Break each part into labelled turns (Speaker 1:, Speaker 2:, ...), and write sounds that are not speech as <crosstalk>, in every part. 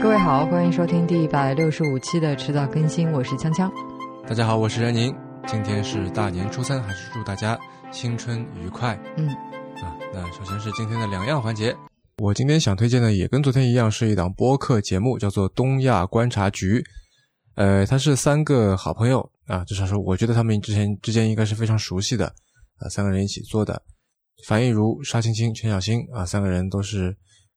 Speaker 1: 各位好，欢迎收听第一百六十五期的迟早更新，我是锵锵。
Speaker 2: 大家好，我是任宁。今天是大年初三，还是祝大家新春愉快
Speaker 1: 嗯，
Speaker 2: 啊！那首先是今天的两样环节，我今天想推荐的也跟昨天一样，是一档播客节目，叫做《东亚观察局》。呃，他是三个好朋友啊，至少是我觉得他们之前之间应该是非常熟悉的啊，三个人一起做的。樊亦儒、沙青青、陈小青啊，三个人都是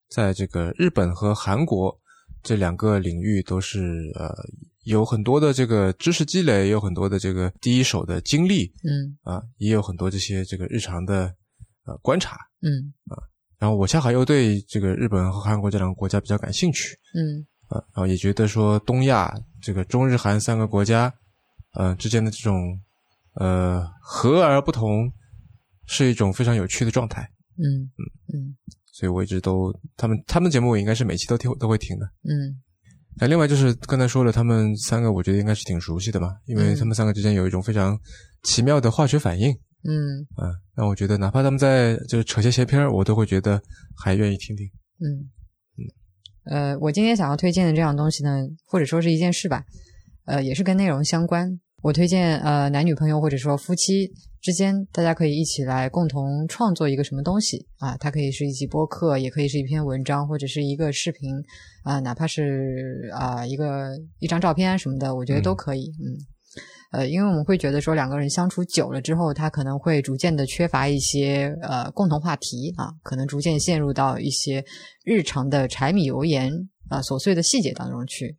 Speaker 2: 在这个日本和韩国这两个领域都是呃有很多的这个知识积累，也有很多的这个第一手的经历
Speaker 1: 嗯
Speaker 2: 啊，也有很多这些这个日常的呃观察。
Speaker 1: 嗯
Speaker 2: 然后我恰好又对这个日本和韩国这两个国家比较感兴趣
Speaker 1: 嗯
Speaker 2: 啊，然后也觉得说东亚这个中日韩三个国家，呃之间的这种呃和而不同，是一种非常有趣的状态。
Speaker 1: 嗯嗯
Speaker 2: 所以我一直都他们他们节目我应该是每期都听都会听的。
Speaker 1: 嗯
Speaker 2: 那另外就是刚才说了，他们三个我觉得应该是挺熟悉的嘛，因为
Speaker 1: 嗯
Speaker 2: 他们三个之间有一种非常奇妙的化学反应
Speaker 1: 嗯
Speaker 2: 啊，让我觉得哪怕他们在就是扯些闲篇儿，我都会觉得还愿意听听。
Speaker 1: 嗯。呃，我今天想要推荐的这样东西呢，或者说是一件事吧，呃，也是跟内容相关。我推荐呃男女朋友或者说夫妻之间，大家可以一起来共同创作一个什么东西啊，它可以是一集播客，也可以是一篇文章或者是一个视频啊，哪怕是啊一个一张照片啊什么的，我觉得都
Speaker 2: 嗯
Speaker 1: 可以。嗯，呃，因为我们会觉得说两个人相处久了之后，他可能会逐渐的缺乏一些呃共同话题啊，可能逐渐陷入到一些日常的柴米油盐啊琐碎的细节当中去。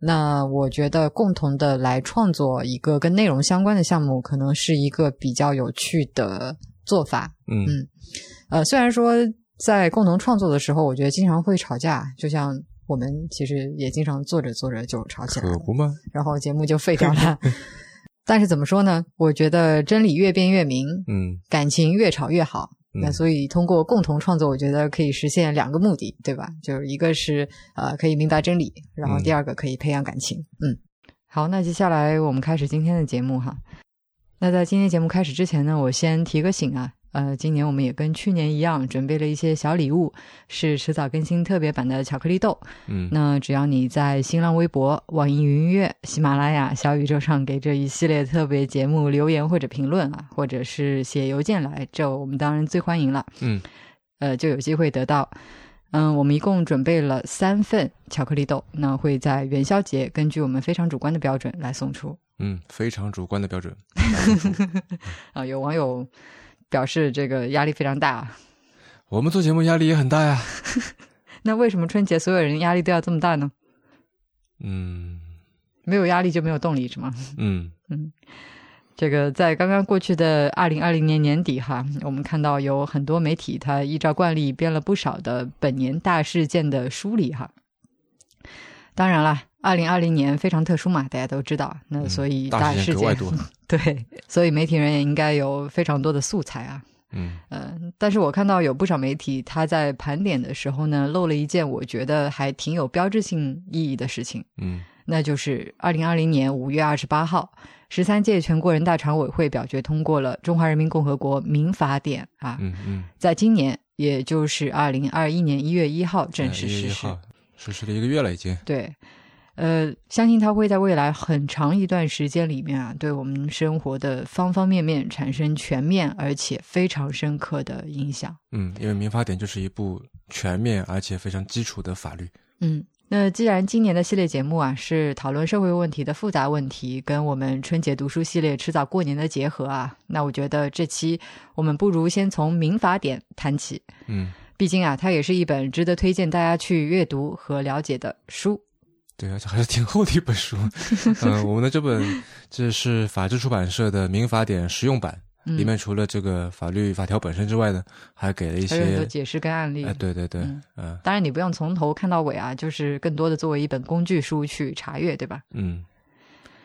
Speaker 1: 那我觉得共同的来创作一个跟内容相关的项目，可能是一个比较有趣的做法。
Speaker 2: 嗯
Speaker 1: 嗯呃，虽然说在共同创作的时候，我觉得经常会吵架，就像我们其实也经常做着做着就吵起来
Speaker 2: 可
Speaker 1: 了。
Speaker 2: 不吗？
Speaker 1: 然后节目就废掉了。但是怎么说呢？我觉得真理越辩越明，
Speaker 2: 嗯，
Speaker 1: 感情越吵越好。
Speaker 2: 嗯
Speaker 1: 那所以通过共同创作，我觉得可以实现两个目的，对吧？就是一个是呃可以明白真理，然后
Speaker 2: 嗯
Speaker 1: 第二个可以培养感情。嗯，好，那接下来我们开始今天的节目哈。那在今天节目开始之前呢，我先提个醒啊，呃，今年我们也跟去年一样，准备了一些小礼物，是迟早更新特别版的巧克力豆。
Speaker 2: 嗯
Speaker 1: 那只要你在新浪微博、网易云音乐、喜马拉雅、小宇宙上给这一系列特别节目留言或者评论啊，或者是写邮件来，这我们当然最欢迎了。
Speaker 2: 嗯，
Speaker 1: 呃，就有机会得到。嗯，我们一共准备了三份巧克力豆，那会在元宵节根据我们非常主观的标准来送出。
Speaker 2: 嗯，非常主观的标准。
Speaker 1: 啊、有网友表示这个压力非常大。啊
Speaker 2: 我们做节目压力也很大呀。
Speaker 1: 那为什么春节所有人压力都要这么大呢？
Speaker 2: 嗯
Speaker 1: 没有压力就没有动力，是吗？
Speaker 2: 嗯
Speaker 1: 这个在刚刚过去的二零二零年年底哈，我们看到有很多媒体它依照惯例编了不少的本年大事件的梳理哈。当然啦，二零二零年非常特殊嘛，大家都知道，那
Speaker 2: 嗯
Speaker 1: 所以
Speaker 2: 大事
Speaker 1: 事
Speaker 2: 件格
Speaker 1: 件、
Speaker 2: 外多
Speaker 1: <laughs> 对，所以媒体人也应该有非常多的素材啊。
Speaker 2: 嗯
Speaker 1: 呃，但是我看到有不少媒体他在盘点的时候呢，漏了一件我觉得还挺有标志性意义的事情。
Speaker 2: 嗯
Speaker 1: 那就是二零二零年五月二十八号，十三届全国人大常委会表决通过了《中华人民共和国民法典》啊， <laughs>
Speaker 2: 嗯嗯，
Speaker 1: 在今年，也就是二零二一年一月一号正式
Speaker 2: 哎1月
Speaker 1: 实
Speaker 2: 1
Speaker 1: 施。
Speaker 2: 号实施了一个月了已经。
Speaker 1: 对，呃，相信它会在未来很长一段时间里面啊，对我们生活的方方面面产生全面而且非常深刻的影响。
Speaker 2: 嗯，因为民法典就是一部全面而且非常基础的法律。
Speaker 1: 嗯，那既然今年的系列节目啊是讨论社会问题的复杂问题，跟我们春节读书系列迟早过年的结合啊，那我觉得这期我们不如先从民法典谈起，
Speaker 2: 嗯，
Speaker 1: 毕竟啊，它也是一本值得推荐大家去阅读和了解的书。
Speaker 2: 对，而且还是挺厚的一
Speaker 1: <laughs>
Speaker 2: 本书。嗯、我们的这本这是法制出版社的《民法典》实用版，
Speaker 1: 嗯，
Speaker 2: 里面除了这个法律法条本身之外呢，还给了一
Speaker 1: 还有很多
Speaker 2: 些
Speaker 1: 解释跟案例。
Speaker 2: 哎，对对对，
Speaker 1: 嗯
Speaker 2: 嗯、
Speaker 1: 当然，你不用从头看到尾啊，就是更多的作为一本工具书去查阅，对吧？
Speaker 2: 嗯。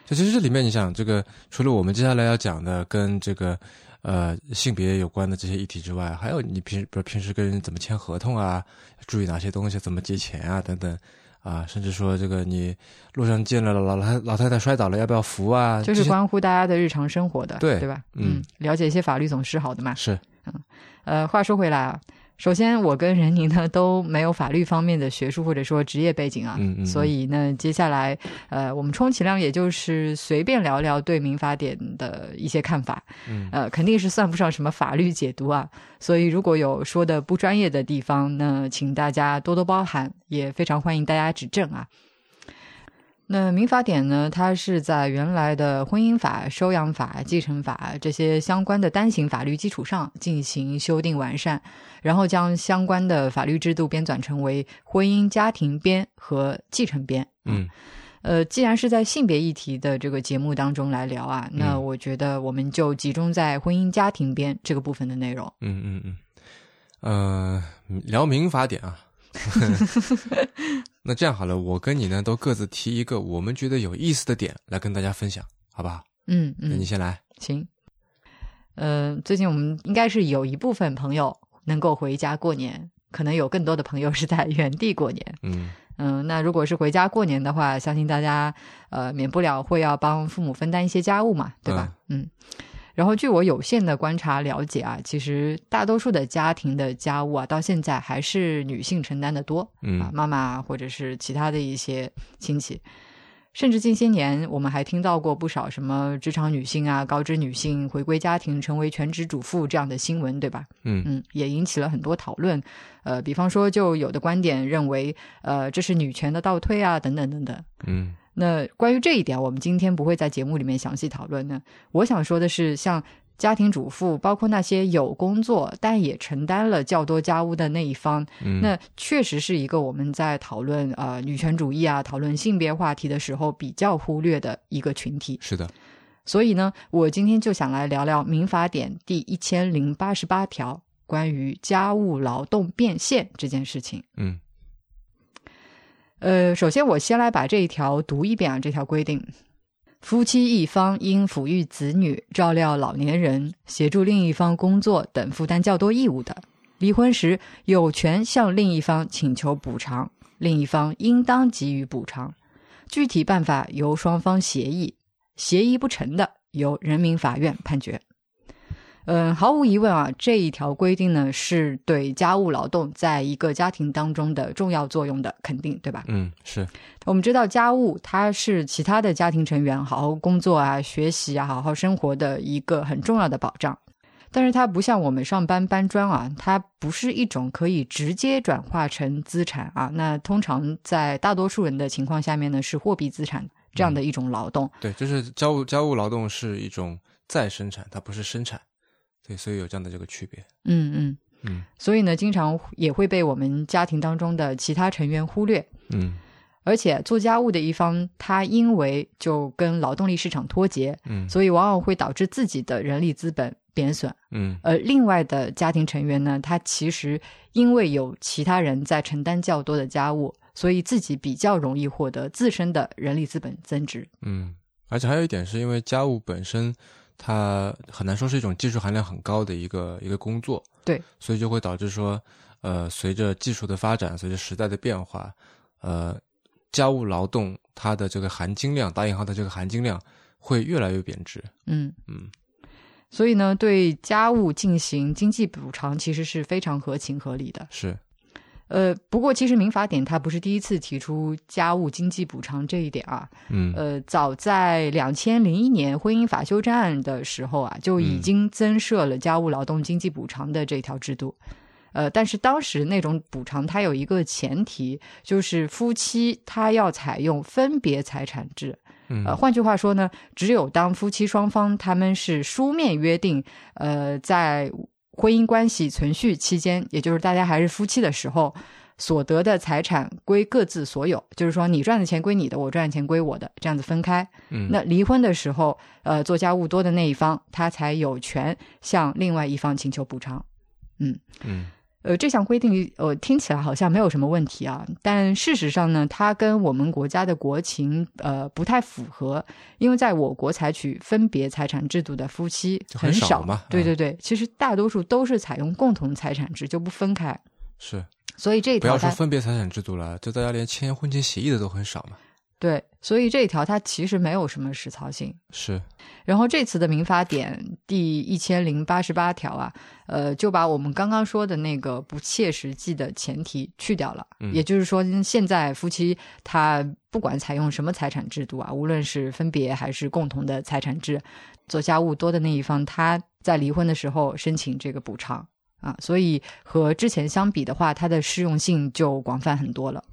Speaker 2: 就其实这里面，你想这个，除了我们接下来要讲的跟这个呃性别有关的这些议题之外，还有你平比如平时跟人怎么签合同啊，注意哪些东西，怎么结钱啊等等啊，甚至说这个你路上见了老老太老太太摔倒了要不要扶啊，
Speaker 1: 就
Speaker 2: 这
Speaker 1: 是
Speaker 2: 些
Speaker 1: 关乎大家的日常生活的，
Speaker 2: 对
Speaker 1: 对吧？
Speaker 2: 嗯，
Speaker 1: 了解一些法律总是好的嘛。
Speaker 2: 是
Speaker 1: 呃，话说回来啊，首先，我跟任宁呢都没有法律方面的学术或者说职业背景啊，
Speaker 2: 嗯嗯嗯
Speaker 1: 所以呢，接下来呃，我们充其量也就是随便聊聊对民法典的一些看法，
Speaker 2: 嗯
Speaker 1: 呃，肯定是算不上什么法律解读啊。所以如果有说的不专业的地方呢，请大家多多包涵，也非常欢迎大家指正啊。那民法典呢，它是在原来的婚姻法、收养法、继承法这些相关的单行法律基础上进行修订完善，然后将相关的法律制度编纂成为婚姻家庭编和继承编。
Speaker 2: 嗯
Speaker 1: 呃，既然是在性别议题的这个节目当中来聊啊，那
Speaker 2: 嗯
Speaker 1: 我觉得我们就集中在婚姻家庭编这个部分的内容。
Speaker 2: 嗯嗯嗯，呃，聊民法典啊。 <laughs> 那这样好了，我跟你呢都各自提一个我们觉得有意思的点来跟大家分享，好不好？
Speaker 1: 嗯
Speaker 2: 那
Speaker 1: 嗯
Speaker 2: 你，先来。
Speaker 1: 行。呃，最近我们应该是有一部分朋友能够回家过年，可能有更多的朋友是在原地过年。
Speaker 2: 嗯
Speaker 1: 嗯，那如果是回家过年的话，相信大家呃免不了会要帮父母分担一些家务嘛，对吧？嗯。然后，据我有限的观察了解啊，其实大多数的家庭的家务啊，到现在还是女性承担的多啊，
Speaker 2: 嗯
Speaker 1: 妈妈或者是其他的一些亲戚，甚至近些年我们还听到过不少什么职场女性啊、高知女性回归家庭成为全职主妇这样的新闻，对吧？
Speaker 2: 嗯
Speaker 1: 嗯，也引起了很多讨论。呃，比方说，就有的观点认为，呃，这是女权的倒退啊，等等等等。
Speaker 2: 嗯
Speaker 1: 那关于这一点，我们今天不会在节目里面详细讨论呢。我想说的是，像家庭主妇，包括那些有工作但也承担了较多家务的那一方，
Speaker 2: 嗯，
Speaker 1: 那确实是一个我们在讨论呃女权主义啊、讨论性别话题的时候比较忽略的一个群体。
Speaker 2: 是的，
Speaker 1: 所以呢，我今天就想来聊聊《民法典》第一千零八十八条关于家务劳动变现这件事情。
Speaker 2: 嗯
Speaker 1: 呃，首先我先来把这一条读一遍啊，这条规定。夫妻一方因抚育子女、照料老年人、协助另一方工作等负担较多义务的，离婚时有权向另一方请求补偿，另一方应当给予补偿。具体办法由双方协议，协议不成的由人民法院判决。嗯，毫无疑问啊，这一条规定呢是对家务劳动在一个家庭当中的重要作用的肯定，对吧？
Speaker 2: 嗯是，
Speaker 1: 我们知道家务它是其他的家庭成员好好工作啊、学习啊、好好生活的一个很重要的保障。但是它不像我们上班搬砖啊，它不是一种可以直接转化成资产啊。那通常在大多数人的情况下面呢，是货币资产这样的一种劳动。
Speaker 2: 对，就是家务家务劳动是一种再生产，它不是生产，对，所以有这样的这个区别。
Speaker 1: 嗯嗯
Speaker 2: 嗯
Speaker 1: 所以呢，经常也会被我们家庭当中的其他成员忽略。
Speaker 2: 嗯
Speaker 1: 而且做家务的一方，他因为就跟劳动力市场脱节，
Speaker 2: 嗯
Speaker 1: 所以往往会导致自己的人力资本贬损。
Speaker 2: 嗯
Speaker 1: 而另外的家庭成员呢，他其实因为有其他人在承担较多的家务，所以自己比较容易获得自身的人力资本增值。
Speaker 2: 嗯，而且还有一点是因为家务本身，它很难说是一种技术含量很高的一个一个工作，
Speaker 1: 对，
Speaker 2: 所以就会导致说，呃，随着技术的发展，随着时代的变化，呃，家务劳动它的这个含金量，打引号的这个含金量会越来越贬值。
Speaker 1: 嗯
Speaker 2: 嗯
Speaker 1: 所以呢，对家务进行经济补偿其实是非常合情合理的。
Speaker 2: 是，
Speaker 1: 呃，不过其实民法典它不是第一次提出家务经济补偿这一点啊，
Speaker 2: 嗯
Speaker 1: 呃，早在两千零一年婚姻法修正案的时候啊，就已
Speaker 2: 嗯
Speaker 1: 经增设了家务劳动经济补偿的这条制度。呃，但是当时那种补偿它有一个前提，就是夫妻他要采用分别财产制。
Speaker 2: 嗯
Speaker 1: 呃，换句话说呢，只有当夫妻双方他们是书面约定，呃，在婚姻关系存续期间，也就是大家还是夫妻的时候，所得的财产归各自所有，就是说你赚的钱归你的，我赚的钱归我的，这样子分开。
Speaker 2: 嗯
Speaker 1: 那离婚的时候，呃，做家务多的那一方，他才有权向另外一方请求补偿。
Speaker 2: 嗯
Speaker 1: 呃，这项规定呃听起来好像没有什么问题啊，但事实上呢，它跟我们国家的国情呃不太符合，因为在我国采取分别财产制度的夫妻
Speaker 2: 就很
Speaker 1: 少
Speaker 2: 少嘛
Speaker 1: 对
Speaker 2: 嗯
Speaker 1: 对对，其实大多数都是采用共同财产制，就不分开，
Speaker 2: 是。
Speaker 1: 所以这一
Speaker 2: 不要
Speaker 1: 条
Speaker 2: 说
Speaker 1: 它
Speaker 2: 分别财产制度了，就大家连签婚前协议的都很少嘛。
Speaker 1: 对，所以这一条它其实没有什么实操性。
Speaker 2: 是，
Speaker 1: 然后这次的民法典第一千零八十八条啊，呃，就把我们刚刚说的那个不切实际的前提去掉了。
Speaker 2: 嗯
Speaker 1: 也就是说，现在夫妻他不管采用什么财产制度啊，无论是分别还是共同的财产制，做家务多的那一方，他在离婚的时候申请这个补偿啊，所以和之前相比的话，它的适用性就广泛很多了。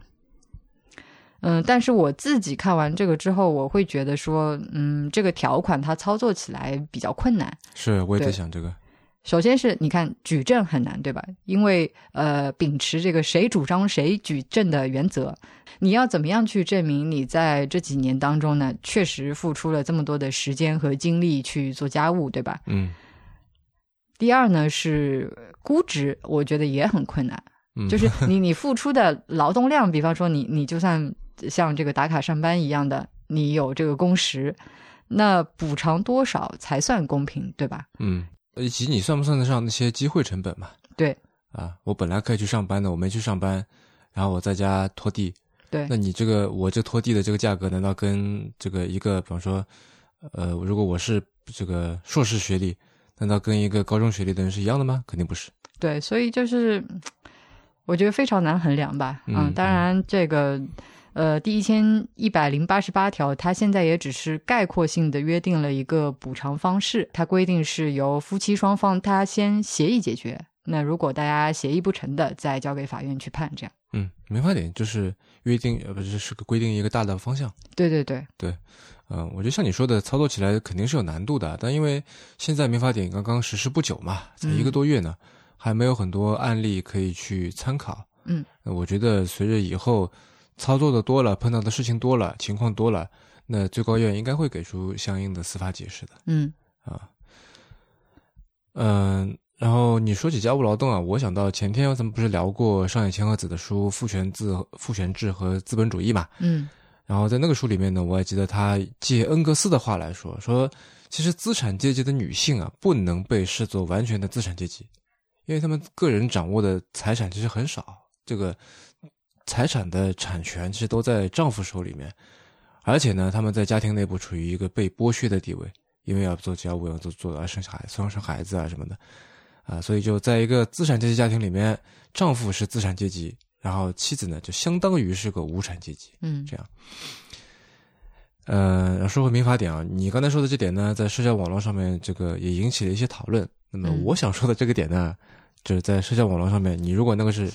Speaker 1: 嗯，但是我自己看完这个之后，我会觉得说，嗯，这个条款它操作起来比较困难。
Speaker 2: 是，我也在
Speaker 1: 对
Speaker 2: 想这个。
Speaker 1: 首先是你看举证很难，对吧？因为呃，秉持这个谁主张谁举证的原则，你要怎么样去证明你在这几年当中呢，确实付出了这么多的时间和精力去做家务，对吧？
Speaker 2: 嗯
Speaker 1: 第二呢是估值，我觉得也很困难。
Speaker 2: 嗯，
Speaker 1: 就是你你付出的劳动量，比方说你你就算像这个打卡上班一样的，你有这个工时，那补偿多少才算公平，对吧？
Speaker 2: 嗯，以及你算不算得上那些机会成本嘛？
Speaker 1: 对
Speaker 2: 啊，我本来可以去上班的，我没去上班，然后我在家拖地。
Speaker 1: 对
Speaker 2: 那你这个我这拖地的这个价格，难道跟这个一个，比方说，呃，如果我是这个硕士学历，难道跟一个高中学历的人是一样的吗？肯定不是。
Speaker 1: 对，所以就是嗯我觉得非常难衡量吧。
Speaker 2: 嗯嗯
Speaker 1: 当然这个。呃，第一千一百零八十八条，它现在也只是概括性的约定了一个补偿方式，它规定是由夫妻双方他先协议解决，那如果大家协议不成的，再交给法院去判，这样。
Speaker 2: 嗯，没法点，就是约定，呃，不是是个规定一个大的方向。
Speaker 1: 对对对，
Speaker 2: 嗯、我觉得像你说的，操作起来肯定是有难度的，但因为现在民法典刚刚实施不久嘛，才一个
Speaker 1: 嗯
Speaker 2: 多月呢，还没有很多案例可以去参考。
Speaker 1: 嗯
Speaker 2: 那我觉得随着以后操作的多了，碰到的事情多了，情况多了，那最高院应该会给出相应的司法解释的
Speaker 1: 嗯
Speaker 2: 啊。嗯、然后你说起家务劳动啊，我想到前天咱们不是聊过上野千鹤子的书《父权制、父权制和资本主义》嘛？
Speaker 1: 嗯
Speaker 2: 然后在那个书里面呢，我也记得他借恩格斯的话来说，说其实资产阶级的女性啊，不能被视作完全的资产阶级，因为他们个人掌握的财产其实很少，这个财产的产权其实都在丈夫手里面，而且呢，他们在家庭内部处于一个被剥削的地位，因为要做家务，要做做啊生小孩，生生孩子啊什么的，啊，所以就在一个资产阶级家庭里面，丈夫是资产阶级，然后妻子呢就相当于是个无产阶级。
Speaker 1: 嗯
Speaker 2: 这样呃，然后说回民法典啊，你刚才说的这点呢，在社交网络上面这个也引起了一些讨论。那么
Speaker 1: 嗯
Speaker 2: 我想说的这个点呢，就是在社交网络上面，你如果那个是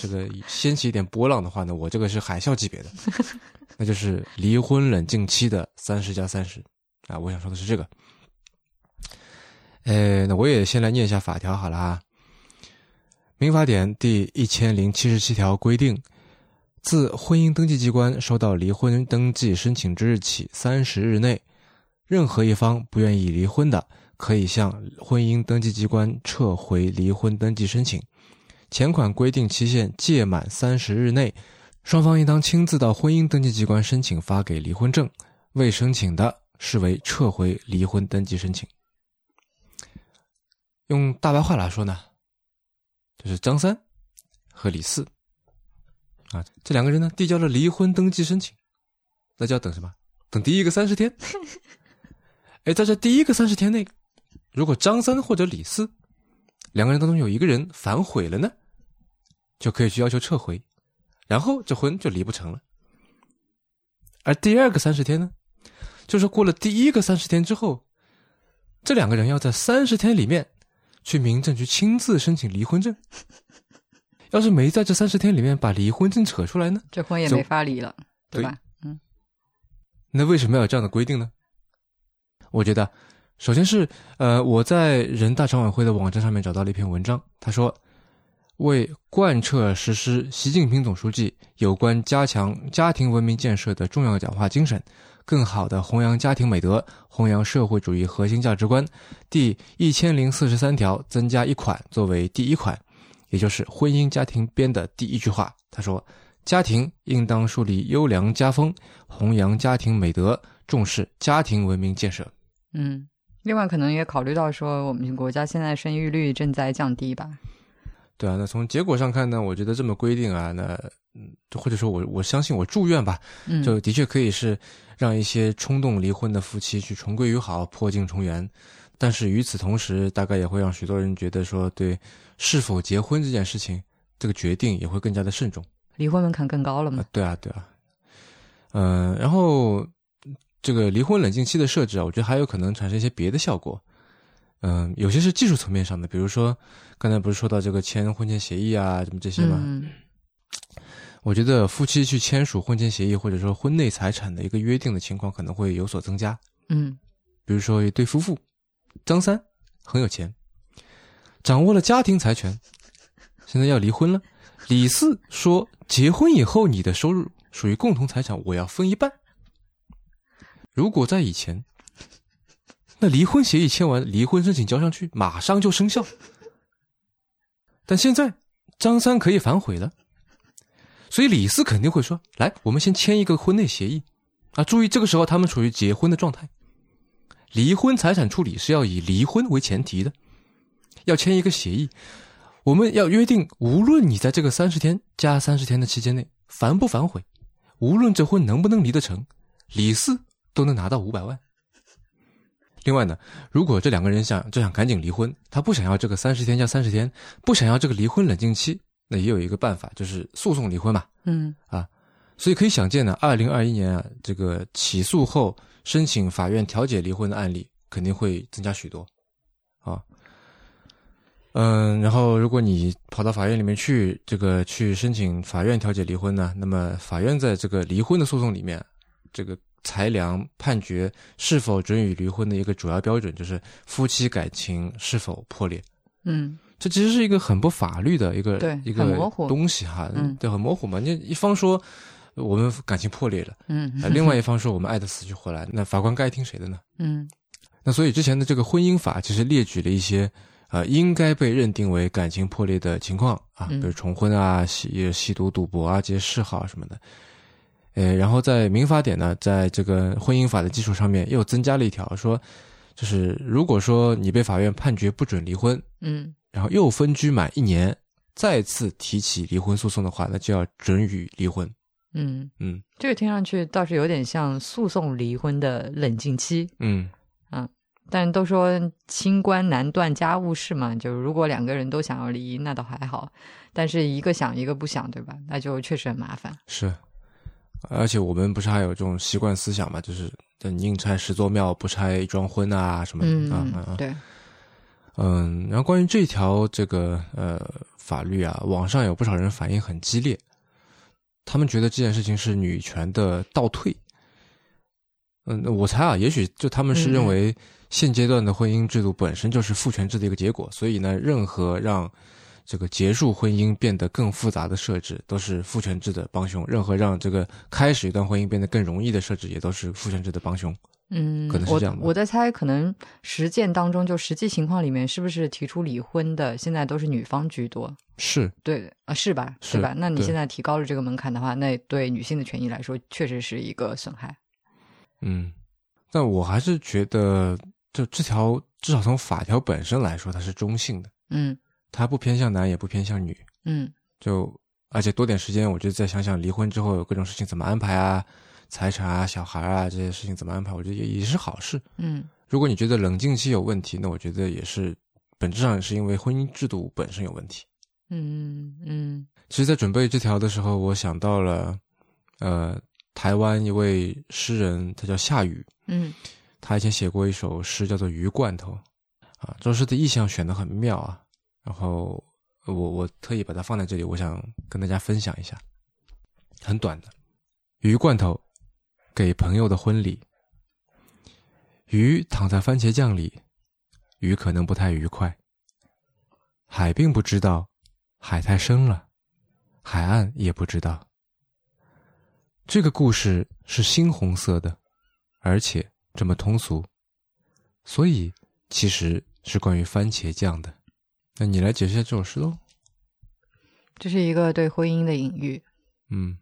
Speaker 2: 这个掀起一点波浪的话呢，我这个是海啸级别的，那就是离婚冷静期的三十加三十啊。我想说的是这个。呃，那我也先来念一下法条好了啊哈。民法典第一千零七十七条规定，自婚姻登记机关收到离婚登记申请之日起三十日内，任何一方不愿意离婚的，可以向婚姻登记机关撤回离婚登记申请。前款规定期限届满三十日内，双方应当亲自到婚姻登记机关申请发给离婚证，未申请的，视为撤回离婚登记申请。用大白话来说呢，就是张三和李四啊，这两个人呢递交了离婚登记申请，那就要等什么？等第一个三十天。哎，在这第一个三十天内，如果张三或者李四两个人当中有一个人反悔了呢，就可以去要求撤回，然后这婚就离不成了。而第二个三十天呢，就是过了第一个三十天之后，这两个人要在三十天里面去民政局亲自申请离婚证。要是没在这三十天里面把离婚证扯出来呢，
Speaker 1: 这婚也
Speaker 2: 就
Speaker 1: 没法离了，对
Speaker 2: 对
Speaker 1: 吧？
Speaker 2: 那为什么要有这样的规定呢？我觉得，首先是呃，我在人大常委会的网站上面找到了一篇文章，他说，为贯彻实施习近平总书记有关加强家庭文明建设的重要讲话精神，更好地弘扬家庭美德，弘扬社会主义核心价值观，第一千零四十三条增加一款作为第一款，也就是婚姻家庭编的第一句话，他说。家庭应当树立优良家风，弘扬家庭美德，重视家庭文明建设。
Speaker 1: 嗯。另外，可能也考虑到说，我们国家现在生育率正在降低吧。
Speaker 2: 对啊，那从结果上看呢，我觉得这么规定啊，那嗯，或者说我我相信我祝愿吧，
Speaker 1: 嗯，
Speaker 2: 就的确可以是让一些冲动离婚的夫妻去重归于好，破镜重圆。但是与此同时，大概也会让许多人觉得说，对是否结婚这件事情，这个决定也会更加的慎重。
Speaker 1: 离婚门槛更高了嘛
Speaker 2: 啊，？对啊，对啊，嗯、然后这个离婚冷静期的设置啊，我觉得还有可能产生一些别的效果。嗯、有些是技术层面上的，比如说刚才不是说到这个签婚前协议啊，什么这些吗？
Speaker 1: 嗯，
Speaker 2: 我觉得夫妻去签署婚前协议或者说婚内财产的一个约定的情况可能会有所增加。
Speaker 1: 嗯，
Speaker 2: 比如说一对夫妇，张三很有钱，掌握了家庭财权，现在要离婚了。李四说，结婚以后你的收入属于共同财产，我要分一半。如果在以前，那离婚协议签完，离婚申请交上去，马上就生效。但现在张三可以反悔了，所以李四肯定会说：“来，我们先签一个婚内协议。”啊，注意，这个时候他们处于结婚的状态。离婚财产处理是要以离婚为前提的，要签一个协议。我们要约定，无论你在这个三十天加三十天的期间内反不反悔，无论这婚能不能离得成，李四都能拿到五百万。另外呢，如果这两个人想就想赶紧离婚，他不想要这个三十天加三十天，不想要这个离婚冷静期，那也有一个办法，就是诉讼离婚嘛。
Speaker 1: 嗯，
Speaker 2: 所以可以想见呢，二零二一年啊，这个起诉后申请法院调解离婚的案例肯定会增加许多，啊，嗯，然后如果你跑到法院里面去，这个去申请法院调解离婚呢，那么法院在这个离婚的诉讼里面，这个裁量判决是否准予离婚的一个主要标准就是夫妻感情是否破裂。
Speaker 1: 嗯，
Speaker 2: 这其实是一个很不法律的一个
Speaker 1: 对
Speaker 2: 一个
Speaker 1: 很模糊
Speaker 2: 东西哈，
Speaker 1: 嗯
Speaker 2: 对，很模糊嘛。你一方说呃我们感情破裂了，
Speaker 1: 嗯，
Speaker 2: 呃另外一方说我们爱的死去活来，那法官该听谁的呢？
Speaker 1: 嗯，
Speaker 2: 那所以之前的这个婚姻法其实列举了一些呃应该被认定为感情破裂的情况啊，比
Speaker 1: 嗯
Speaker 2: 如重婚啊、吸吸毒、赌博啊这些嗜好什么的。呃，然后在民法典呢，在这个婚姻法的基础上面又增加了一条，说就是如果说你被法院判决不准离婚，
Speaker 1: 嗯，
Speaker 2: 然后又分居满一年，再次提起离婚诉讼的话，那就要准予离婚。
Speaker 1: 嗯，
Speaker 2: 嗯
Speaker 1: 这个听上去倒是有点像诉讼离婚的冷静期，
Speaker 2: 嗯，
Speaker 1: 但都说清官难断家务事嘛，就是如果两个人都想要离，那倒还好，但是一个想一个不想，对吧？那就确实很麻烦。
Speaker 2: 是。而且我们不是还有这种习惯思想嘛，就是宁拆十座庙，不拆一桩婚啊什么的、啊啊啊
Speaker 1: 嗯，。对，
Speaker 2: 嗯，然后关于这条这个呃法律啊，网上有不少人反应很激烈，他们觉得这件事情是女权的倒退。嗯，那我猜啊，也许就他们是认
Speaker 1: 嗯嗯
Speaker 2: 为现阶段的婚姻制度本身就是父权制的一个结果，所以呢，任何让这个结束婚姻变得更复杂的设置都是父权制的帮凶，任何让这个开始一段婚姻变得更容易的设置也都是父权制的帮凶。
Speaker 1: 嗯，
Speaker 2: 可能是
Speaker 1: 我
Speaker 2: 这样吧
Speaker 1: 我在猜，可能实践当中，就实际情况里面，是不是提出离婚的现在都是女方居多？
Speaker 2: 是，
Speaker 1: 对啊，是吧？
Speaker 2: 是
Speaker 1: 对吧？那你
Speaker 2: 对
Speaker 1: 现在提高了这个门槛的话，那对女性的权益来说，确实是一个损害。
Speaker 2: 嗯，但我还是觉得，就这条至少从法条本身来说，它是中性的，
Speaker 1: 嗯
Speaker 2: 它不偏向男，也不偏向女。
Speaker 1: 嗯
Speaker 2: 就而且多点时间，我就再想想离婚之后有各种事情怎么安排啊，财产啊、小孩啊这些事情怎么安排，我觉得也也是好事。
Speaker 1: 嗯
Speaker 2: 如果你觉得冷静期有问题，那我觉得也是本质上是因为婚姻制度本身有问题。
Speaker 1: 嗯嗯
Speaker 2: 其实，在准备这条的时候，我想到了，呃，台湾一位诗人，他叫夏雨，
Speaker 1: 嗯
Speaker 2: 他以前写过一首诗，叫做《鱼罐头》，啊，这首诗的意象选的很妙啊。然后我我特意把它放在这里，我想跟大家分享一下，很短的。鱼罐头，给朋友的婚礼。鱼躺在番茄酱里，鱼可能不太愉快。海并不知道，海太深了，海岸也不知道。这个故事是猩红色的，而且这么通俗，所以其实是关于番茄酱的。那你来解释一下这首诗喽。
Speaker 1: 这是一个对婚姻的隐喻。
Speaker 2: 嗯，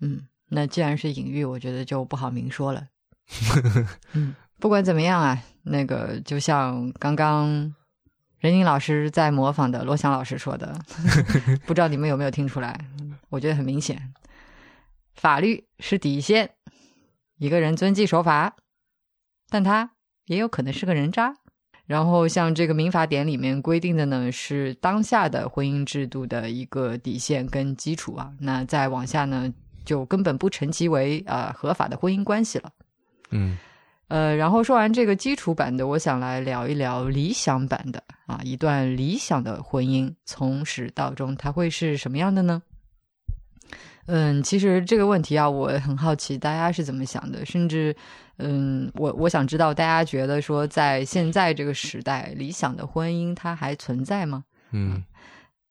Speaker 1: 嗯，那既然是隐喻，我觉得就不好明说了。嗯，不管怎么样啊，那个就像刚刚任宁老师在模仿的罗翔老师说的， <laughs> 不知道你们有没有听出来？我觉得很明显，法律是底线，一个人遵纪守法，但他也有可能是个人渣。然后像这个民法典里面规定的呢，是当下的婚姻制度的一个底线跟基础啊。那再往下呢，就根本不成其为呃合法的婚姻关系了。
Speaker 2: 嗯
Speaker 1: 呃，然后说完这个基础版的，我想来聊一聊理想版的啊，一段理想的婚姻从始到终，它会是什么样的呢？嗯，其实这个问题啊，我很好奇大家是怎么想的，甚至嗯，我我想知道大家觉得说，在现在这个时代，理想的婚姻它还存在吗？
Speaker 2: 嗯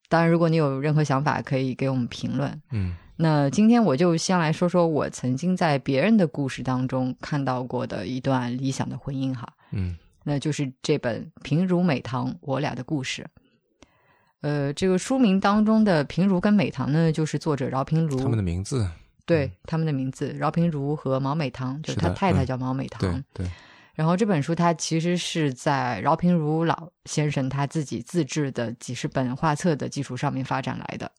Speaker 1: 当然，如果你有任何想法，可以给我们评论。
Speaker 2: 嗯
Speaker 1: 那今天我就先来说说我曾经在别人的故事当中看到过的一段理想的婚姻哈，
Speaker 2: 嗯
Speaker 1: 那就是这本《平如美棠我俩的故事》。呃，这个书名当中的平如跟美棠呢，就是作者饶平如
Speaker 2: 嗯，他们的名字，
Speaker 1: 对他们的名字，饶平如和毛美棠，就是他
Speaker 2: 的
Speaker 1: 太太
Speaker 2: 嗯
Speaker 1: 叫毛美棠。
Speaker 2: 对对，
Speaker 1: 然后这本书它其实是在饶平如老先生他自己自制的几十本画册的基础上面发展来的。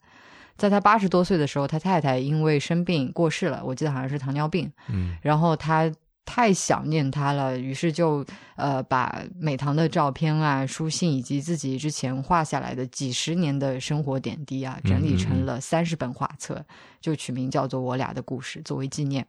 Speaker 1: 在他八十多岁的时候，他太太因为生病过世了，我记得好像是糖尿病。
Speaker 2: 嗯
Speaker 1: 然后他太想念他了，于是就呃把美棠的照片啊、书信以及自己之前画下来的几十年的生活点滴啊，整理成了三十本画册，就取名叫做《我俩的故事》作为纪念。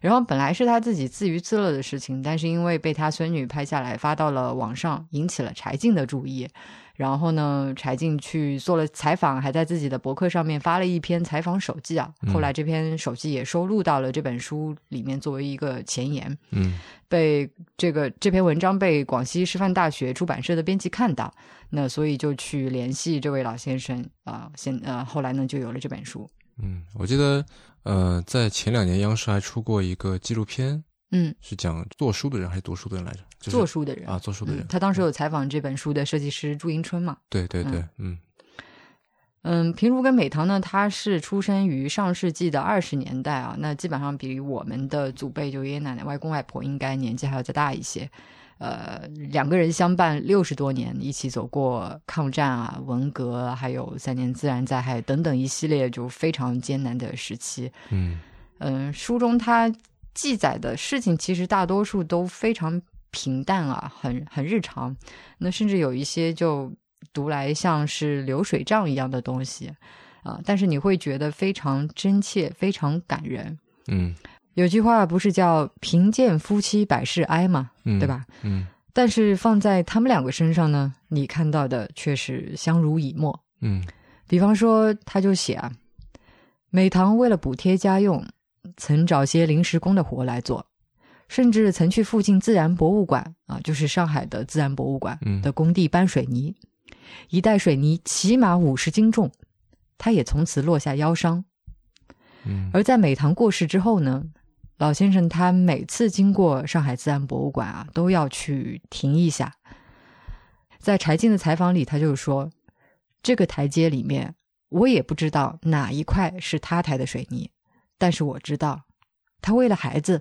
Speaker 1: 然后本来是他自己自娱自乐的事情，但是因为被他孙女拍下来发到了网上，引起了柴静的注意。然后呢，柴静去做了采访，还在自己的博客上面发了一篇采访手记啊。
Speaker 2: 嗯
Speaker 1: 后来这篇手记也收录到了这本书里面作为一个前言，
Speaker 2: 嗯
Speaker 1: 被这个这篇文章被广西师范大学出版社的编辑看到，那所以就去联系这位老先生啊、先呃后来呢就有了这本书。
Speaker 2: 嗯，我记得呃，在前两年央视还出过一个纪录片，
Speaker 1: 嗯，
Speaker 2: 是讲做书的人还是读书的人来着？就是、
Speaker 1: 做书的人
Speaker 2: 啊，做书的人，
Speaker 1: 嗯，他当时有采访这本书的设计师朱迎春嘛。
Speaker 2: 对对对，嗯
Speaker 1: 嗯，平如跟美棠呢，她是出生于上世纪的二十年代啊，那基本上比我们的祖辈，就爷爷奶奶、外公外婆，应该年纪还要再大一些。呃，两个人相伴六十多年，一起走过抗战啊、文革，还有三年自然灾害等等一系列就非常艰难的时期。
Speaker 2: 嗯
Speaker 1: 嗯，书中它记载的事情其实大多数都非常平淡啊，很很日常。那甚至有一些就读来像是流水账一样的东西啊、但是你会觉得非常真切，非常感人。
Speaker 2: 嗯
Speaker 1: 有句话不是叫“贫贱夫妻百事哀”嘛，
Speaker 2: 嗯，
Speaker 1: 对？吧？
Speaker 2: 嗯
Speaker 1: 但是放在他们两个身上呢，你看到的却是相濡以沫。
Speaker 2: 嗯
Speaker 1: 比方说，他就写啊，美棠为了补贴家用，曾找些临时工的活来做，甚至曾去附近自然博物馆啊，就是上海的自然博物馆
Speaker 2: 嗯
Speaker 1: 的工地搬水泥，一袋水泥起码五十斤重，他也从此落下腰伤。
Speaker 2: 嗯
Speaker 1: 而在美棠过世之后呢，老先生他每次经过上海自然博物馆啊，都要去停一下。在柴静的采访里，他就说：“这个台阶里面，我也不知道哪一块是他抬的水泥，但是我知道，他为了孩子，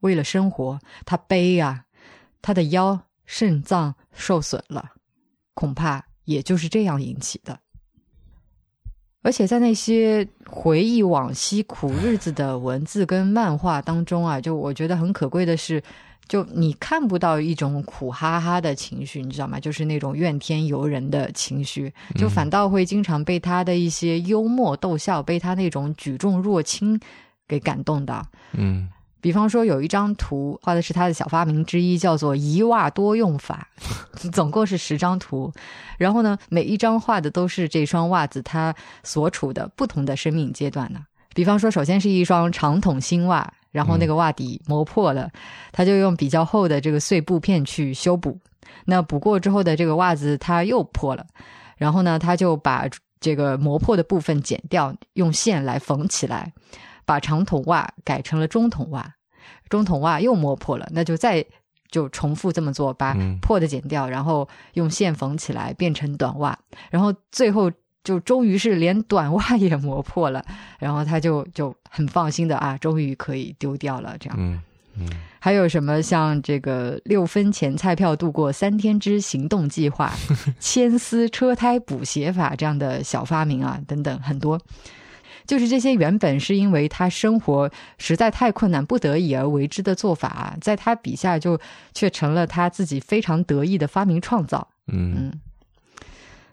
Speaker 1: 为了生活，他背啊，他的腰、肾脏受损了，恐怕也就是这样引起的。”而且在那些回忆往昔苦日子的文字跟漫画当中啊，就我觉得很可贵的是，就你看不到一种苦哈哈的情绪，你知道吗？就是那种怨天尤人的情绪，就反倒会经常被他的一些幽默逗笑，被他那种举重若轻给感动到。
Speaker 2: 嗯
Speaker 1: 比方说有一张图画的是他的小发明之一，叫做“一袜多用法”， <laughs> 总共是十张图。然后呢，每一张画的都是这双袜子它所处的不同的生命阶段呢。比方说，首先是一双长筒新袜，然后那个袜底磨破了，他就用比较厚的这个碎布片去修补。那补过之后的这个袜子它又破了，然后呢，他就把这个磨破的部分剪掉，用线来缝起来，把长筒袜改成了中筒袜，中筒袜又磨破了，那就再就重复这么做，把
Speaker 2: 嗯
Speaker 1: 破的剪掉，然后用线缝起来变成短袜，然后最后。就终于是连短袜也磨破了，然后他就就很放心的啊，终于可以丢掉了这样。
Speaker 2: 嗯嗯，
Speaker 1: 还有什么像这个六分钱菜票度过三天之行动计划、牵丝车胎补鞋法这样的小发明啊，等等很多。就是这些原本是因为他生活实在太困难，不得已而为之的做法啊，在他笔下就却成了他自己非常得意的发明创造。
Speaker 2: 嗯
Speaker 1: 嗯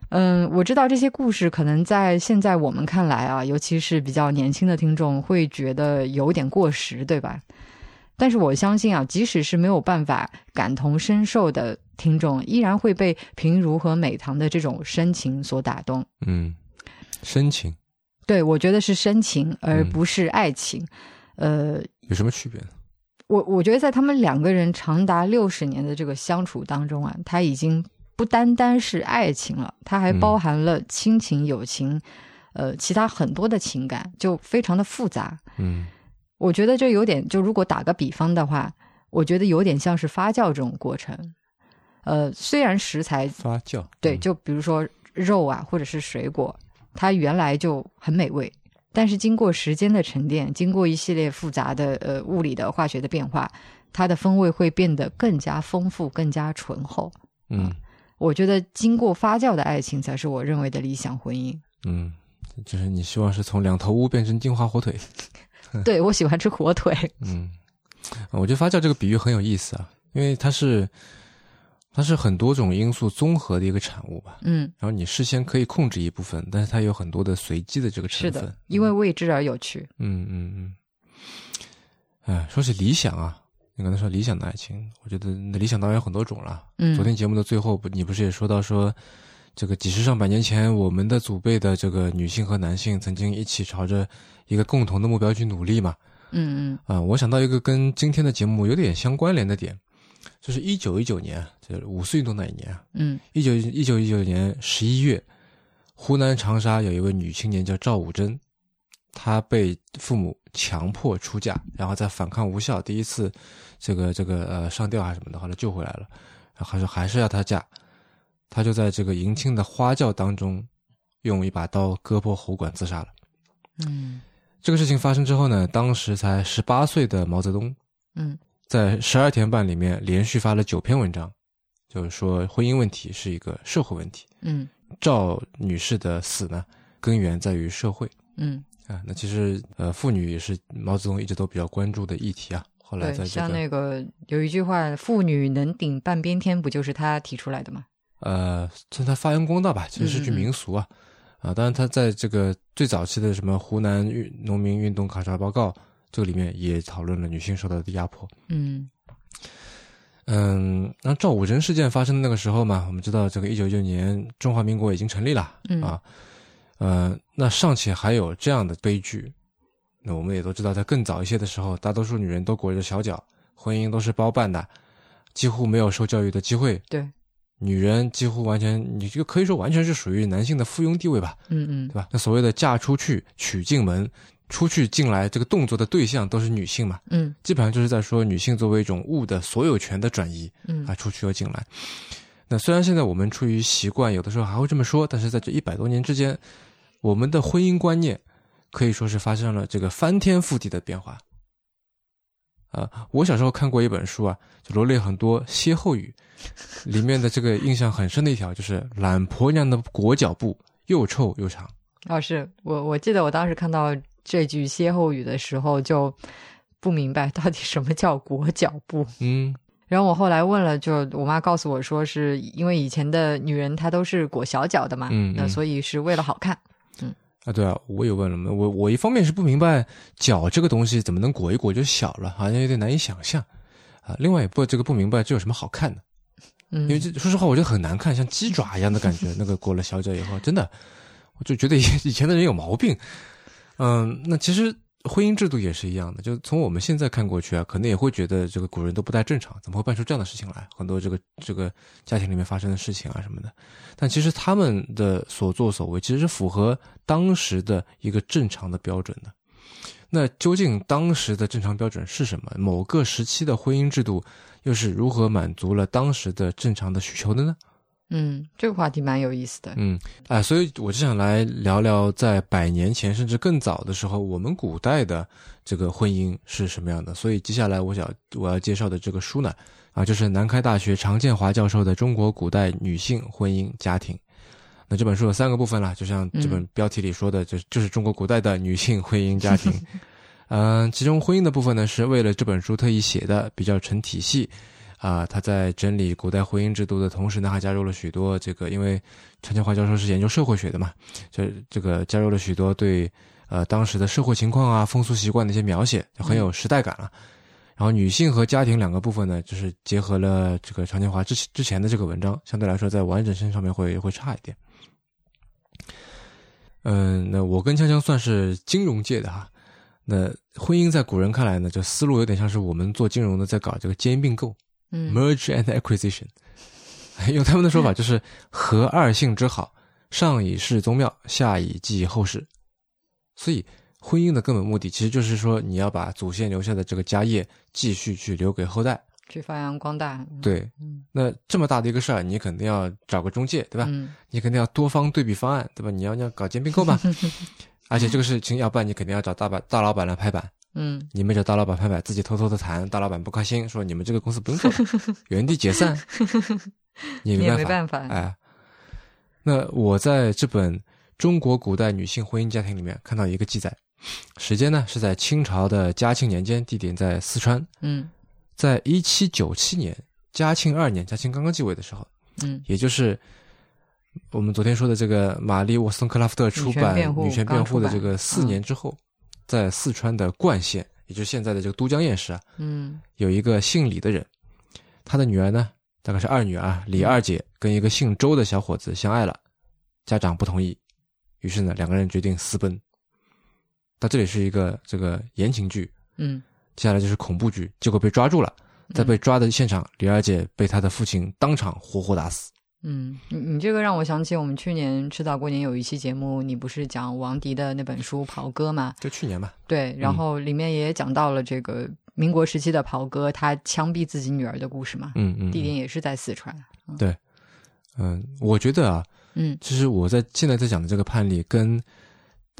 Speaker 1: 嗯，我知道这些故事可能在现在我们看来啊，尤其是比较年轻的听众会觉得有点过时，对吧？但是我相信啊，即使是没有办法感同身受的听众，依然会被平如和美棠的这种深情所打动。
Speaker 2: 嗯，深情
Speaker 1: 对我觉得是深情，而
Speaker 2: 嗯
Speaker 1: 不是爱情。呃，
Speaker 2: 有什么区别呢？
Speaker 1: 我我觉得在他们两个人长达六十年的这个相处当中啊，他已经不单单是爱情了，他还
Speaker 2: 嗯
Speaker 1: 包含了亲情、友情，呃，其他很多的情感，就非常的复杂。
Speaker 2: 嗯
Speaker 1: 我觉得这有点，就如果打个比方的话，我觉得有点像是发酵这种过程。呃，虽然食材
Speaker 2: 发酵，
Speaker 1: 对，啊
Speaker 2: 嗯
Speaker 1: 就比如说肉啊，或者是水果，它原来就很美味，但是经过时间的沉淀，经过一系列复杂的呃物理的、化学的变化，它的风味会变得更加丰富、更加醇厚。
Speaker 2: 嗯
Speaker 1: 我觉得经过发酵的爱情才是我认为的理想婚姻。
Speaker 2: 嗯，就是你希望是从两头乌变成金华火腿，
Speaker 1: 对我喜欢吃火腿，
Speaker 2: 嗯，啊我觉得发酵这个比喻很有意思啊，因为它是它是很多种因素综合的一个产物吧。
Speaker 1: 嗯，
Speaker 2: 然后你事先可以控制一部分，但是它有很多的随机的这个成
Speaker 1: 是
Speaker 2: 分。
Speaker 1: 的，因为未知而有趣。
Speaker 2: 嗯嗯嗯，哎，说起理想啊，你刚才说理想的爱情，我觉得理想当然有很多种了。
Speaker 1: 嗯，
Speaker 2: 昨天节目的最后不，你不是也说到说，这个几十上百年前，我们的祖辈的这个女性和男性曾经一起朝着一个共同的目标去努力嘛？
Speaker 1: 嗯嗯
Speaker 2: 啊、我想到一个跟今天的节目有点相关联的点，就是一九一九年，就是五四运动那一年啊，
Speaker 1: 嗯
Speaker 2: 一九一九一九年十一月，湖南长沙有一位女青年叫赵武贞，她被父母强迫出嫁，然后在反抗无效，第一次这个这个呃上吊还是什么的，后来救回来了，然后还是还是要她嫁，她就在这个迎亲的花轿当中，用一把刀割破喉管自杀了。
Speaker 1: 嗯
Speaker 2: 这个事情发生之后呢，当时才十八岁的毛泽东
Speaker 1: 嗯
Speaker 2: 在十二天半里面连续发了九篇文章，就是说婚姻问题是一个社会问题。
Speaker 1: 嗯
Speaker 2: 赵女士的死呢，根源在于社会
Speaker 1: 嗯，
Speaker 2: 啊。那其实呃，妇女也是毛泽东一直都比较关注的议题啊。后来
Speaker 1: 对，
Speaker 2: 在这
Speaker 1: 像
Speaker 2: 个、
Speaker 1: 那个有一句话，“妇女能顶半边天”，不就是他提出来的吗？
Speaker 2: 呃，算他发扬光大吧，其实是
Speaker 1: 嗯
Speaker 2: 句
Speaker 1: 嗯嗯
Speaker 2: 民俗啊。啊，当然他在这个最早期的什么湖南运农民运动考察报告这个里面也讨论了女性受到的压迫。
Speaker 1: 嗯
Speaker 2: 嗯，那赵武贞事件发生的那个时候嘛，我们知道这个一九九年中华民国已经成立了、
Speaker 1: 嗯
Speaker 2: 啊，呃，那尚且还有这样的悲剧，那我们也都知道，在更早一些的时候，大多数女人都裹着小脚，婚姻都是包办的，几乎没有受教育的机会，
Speaker 1: 对，
Speaker 2: 女人几乎完全，你就可以说完全是属于男性的附庸地位吧，
Speaker 1: 嗯
Speaker 2: 对吧？那所谓的嫁出去、娶进门、出去进来这个动作的对象都是女性嘛，
Speaker 1: 嗯
Speaker 2: 基本上就是在说女性作为一种物的所有权的转移。
Speaker 1: 嗯
Speaker 2: 啊，
Speaker 1: 嗯，
Speaker 2: 出去又进来。那虽然现在我们出于习惯，有的时候还会这么说，但是在这一百多年之间，我们的婚姻观念可以说是发生了这个翻天覆地的变化。啊，我小时候看过一本书啊，就罗列很多歇后语，里面的这个印象很深的一条就是“懒婆娘的裹脚布又臭又长
Speaker 1: 啊，是我我记得我当时看到这句歇后语的时候，就不明白到底什么叫裹脚布。”。
Speaker 2: 嗯，
Speaker 1: 然后我后来问了，就我妈告诉我说，是因为以前的女人她都是裹小脚的嘛，
Speaker 2: 嗯
Speaker 1: 那
Speaker 2: 嗯
Speaker 1: 所以是为了好看。
Speaker 2: 啊，对啊，我也问了嘛，我我一方面是不明白脚这个东西怎么能裹一裹就小了，好像有点难以想象啊。另外也不这个不明白这有什么好看的，
Speaker 1: 嗯
Speaker 2: 因为这说实话我觉得很难看，像鸡爪一样的感觉。那个裹了小脚以后，真的我就觉得以以前的 <laughs> 人有毛病。嗯，那其实婚姻制度也是一样的，就从我们现在看过去啊，可能也会觉得这个古人都不太正常，怎么会办出这样的事情来？很多这个这个家庭里面发生的事情啊什么的，但其实他们的所作所为其实是符合当时的一个正常的标准的。那究竟当时的正常标准是什么？某个时期的婚姻制度又是如何满足了当时的正常的需求的呢？
Speaker 1: 嗯，这个话题蛮有意思的。
Speaker 2: 嗯，啊、所以我就想来聊聊，在百年前甚至更早的时候，我们古代的这个婚姻是什么样的。所以接下来我想我要介绍的这个书呢，啊，就是南开大学常建华教授的《中国古代女性婚姻家庭》。那这本书有三个部分啦，就像这本标题里说的，就就是中国古代的女性婚姻家庭。嗯、其中婚姻的部分呢，是为了这本书特意写的，比较成体系。啊，他在整理古代婚姻制度的同时呢，还加入了许多这个，因为陈建华教授是研究社会学的嘛，这这个加入了许多对呃当时的社会情况啊、风俗习惯的一些描写，就很有时代感了。然后女性和家庭两个部分呢，就是结合了这个常建华之前之前的这个文章，相对来说在完整性上面会会差一点。嗯，那我跟锵锵算是金融界的哈，那婚姻在古人看来呢，这思路有点像是我们做金融的在搞这个基因并购，
Speaker 1: 嗯
Speaker 2: merge and acquisition，用他们的说法就是合二姓之好，上以示宗庙，下以继后世。所以，婚姻的根本目的其实就是说，你要把祖先留下的这个家业继续去留给后代。
Speaker 1: 去发扬光大。嗯，
Speaker 2: 对，
Speaker 1: 嗯
Speaker 2: 那这么大的一个事儿，你肯定要找个中介，对吧？啊
Speaker 1: 嗯
Speaker 2: 你肯定要多方对比方案，对吧？你要你要搞兼并购
Speaker 1: <laughs>
Speaker 2: 吧，而且这个事情，要不然你肯定要找大板大老板来拍板。
Speaker 1: 嗯
Speaker 2: 你们找大老板拍板，自己偷偷的谈，大老板不开心，说你们这个公司不用做了，
Speaker 1: <laughs>
Speaker 2: 原地解散，你
Speaker 1: 嗯你也
Speaker 2: 没
Speaker 1: 没
Speaker 2: 办
Speaker 1: 办法。
Speaker 2: 哎，那我在这本《中国古代女性婚姻家庭》里面看到一个记载，时间呢是在清朝的嘉庆年间，地点在四川，
Speaker 1: 嗯
Speaker 2: 在一七九七年嘉庆二年，嘉庆刚刚继位的时候，
Speaker 1: 嗯，
Speaker 2: 也就是我们昨天说的这个玛丽沃斯通克拉夫特出版
Speaker 1: 女权辩护
Speaker 2: 《女权辩护》的
Speaker 1: 刚出版
Speaker 2: 这个四年之后，在四川的冠县，也就是现在的这个都江堰市啊，
Speaker 1: 嗯
Speaker 2: 有一个姓李的人，他的女儿呢，大概是二女儿啊，李二姐跟一个姓周的小伙子相爱了，家长不同意，于是呢，两个人决定私奔。到这里是一个这个言情剧，
Speaker 1: 嗯，
Speaker 2: 接下来就是恐怖剧，结果被抓住了，在被抓的现场，李二姐被她的父亲当场活活打死。
Speaker 1: 嗯，你你这个让我想起我们去年吃到过年有一期节目，你不是讲王迪的那本书《袍哥》吗？
Speaker 2: 就去年吧，
Speaker 1: 对，
Speaker 2: 嗯
Speaker 1: 然后里面也讲到了这个民国时期的袍哥他枪毙自己女儿的故事嘛，
Speaker 2: 嗯嗯，
Speaker 1: 地点也是在四川。啊
Speaker 2: 嗯，我觉得啊，
Speaker 1: 嗯
Speaker 2: 其实我在现在在讲的这个判例跟，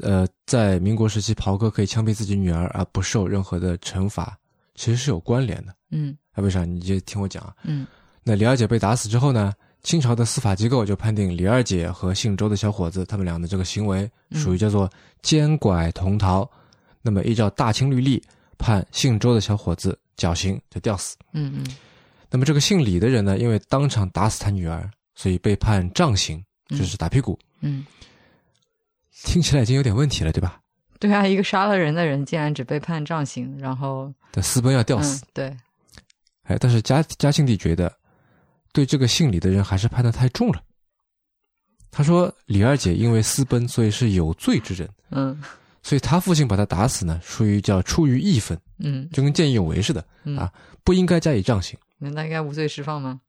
Speaker 2: 呃，在民国时期袍哥可以枪毙自己女儿而不受任何的惩罚，其实是有关联的。
Speaker 1: 嗯
Speaker 2: 啊，为啥？你就听我讲啊。
Speaker 1: 嗯
Speaker 2: 那李二姐被打死之后呢，清朝的司法机构就判定李二姐和姓周的小伙子他们俩的这个行为属于叫做奸拐同逃，那么依照大清律例判姓周的小伙子绞刑，就吊死。
Speaker 1: 嗯
Speaker 2: 那么这个姓李的人呢，因为当场打死他女儿，所以被判杖刑，
Speaker 1: 嗯
Speaker 2: 就是打屁股。
Speaker 1: 嗯嗯，
Speaker 2: 听起来已经有点问题了，对吧？
Speaker 1: 对啊，一个杀了人的人竟然只被判杖刑，然后
Speaker 2: 但私奔要吊
Speaker 1: 嗯
Speaker 2: 死，
Speaker 1: 对，
Speaker 2: 哎，但是嘉嘉庆帝觉得对这个姓李的人还是判得太重了。他说李二姐因为私奔，所以是有罪之人，
Speaker 1: 嗯
Speaker 2: 所以他父亲把她打死呢，属于叫出于义愤，
Speaker 1: 嗯
Speaker 2: 就跟见义勇为似的，
Speaker 1: 嗯
Speaker 2: 啊，不应该加以杖刑。
Speaker 1: 难道应该无罪释放吗？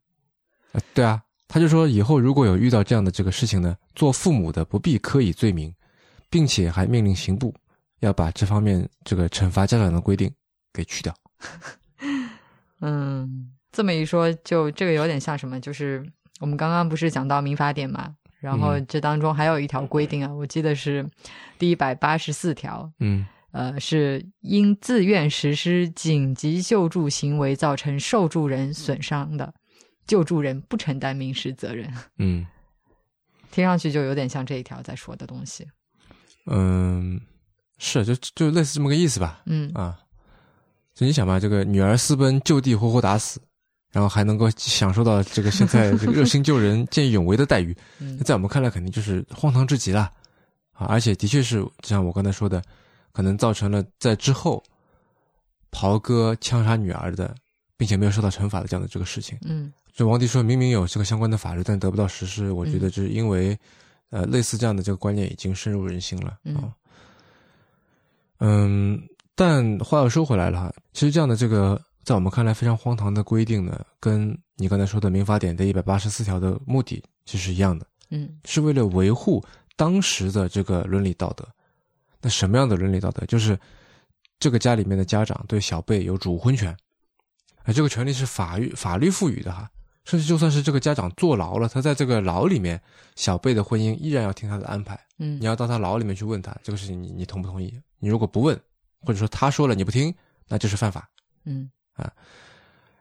Speaker 2: 啊，对啊，他就说以后如果有遇到这样的这个事情呢，做父母的不必科以罪名，并且还命令刑部要把这方面这个惩罚家长的规定给去掉。
Speaker 1: 嗯，这么一说，就这个有点像什么？就是我们刚刚不是讲到民法典嘛，然后
Speaker 2: 嗯
Speaker 1: 这当中还有一条规定啊，我记得是第一百八十四条，
Speaker 2: 嗯
Speaker 1: 呃，是因自愿实施紧急救助行为造成受助人损伤的，救助人不承担民事责任。 <laughs>
Speaker 2: 嗯
Speaker 1: 听上去就有点像这一条在说的东西。
Speaker 2: 嗯，是就就类似这么个意思吧。
Speaker 1: 嗯
Speaker 2: 啊，就你想吧，这个女儿私奔就地活活打死，然后还能够享受到这个现在这个热心救人、 <laughs> 见义勇为的待遇，
Speaker 1: 嗯
Speaker 2: 那在我们看来肯定就是荒唐至极了啊！而且的确是，就像我刚才说的，可能造成了在之后袍哥枪杀女儿的，并且没有受到惩罚的这样的这个事情。
Speaker 1: 嗯
Speaker 2: 就王迪说明明有这个相关的法律，但得不到实施，我觉得这是因为、呃，类似这样的这个观念已经深入人心了
Speaker 1: 嗯
Speaker 2: 啊。嗯但话又说回来了哈，其实这样的这个在我们看来非常荒唐的规定呢，跟你刚才说的《民法典》的一百八十四条的目的其实一样的，
Speaker 1: 嗯
Speaker 2: 是为了维护当时的这个伦理道德。那什么样的伦理道德？就是这个家里面哎的家长对小辈有主婚权，啊，这个权利是法律法律赋予的哈，甚至就算是这个家长坐牢了，他在这个牢里面，小贝的婚姻依然要听他的安排。
Speaker 1: 嗯
Speaker 2: 你要到他牢里面去问他这个事情你，你同不同意？你如果不问，或者说他说了你不听，那就是犯法。
Speaker 1: 嗯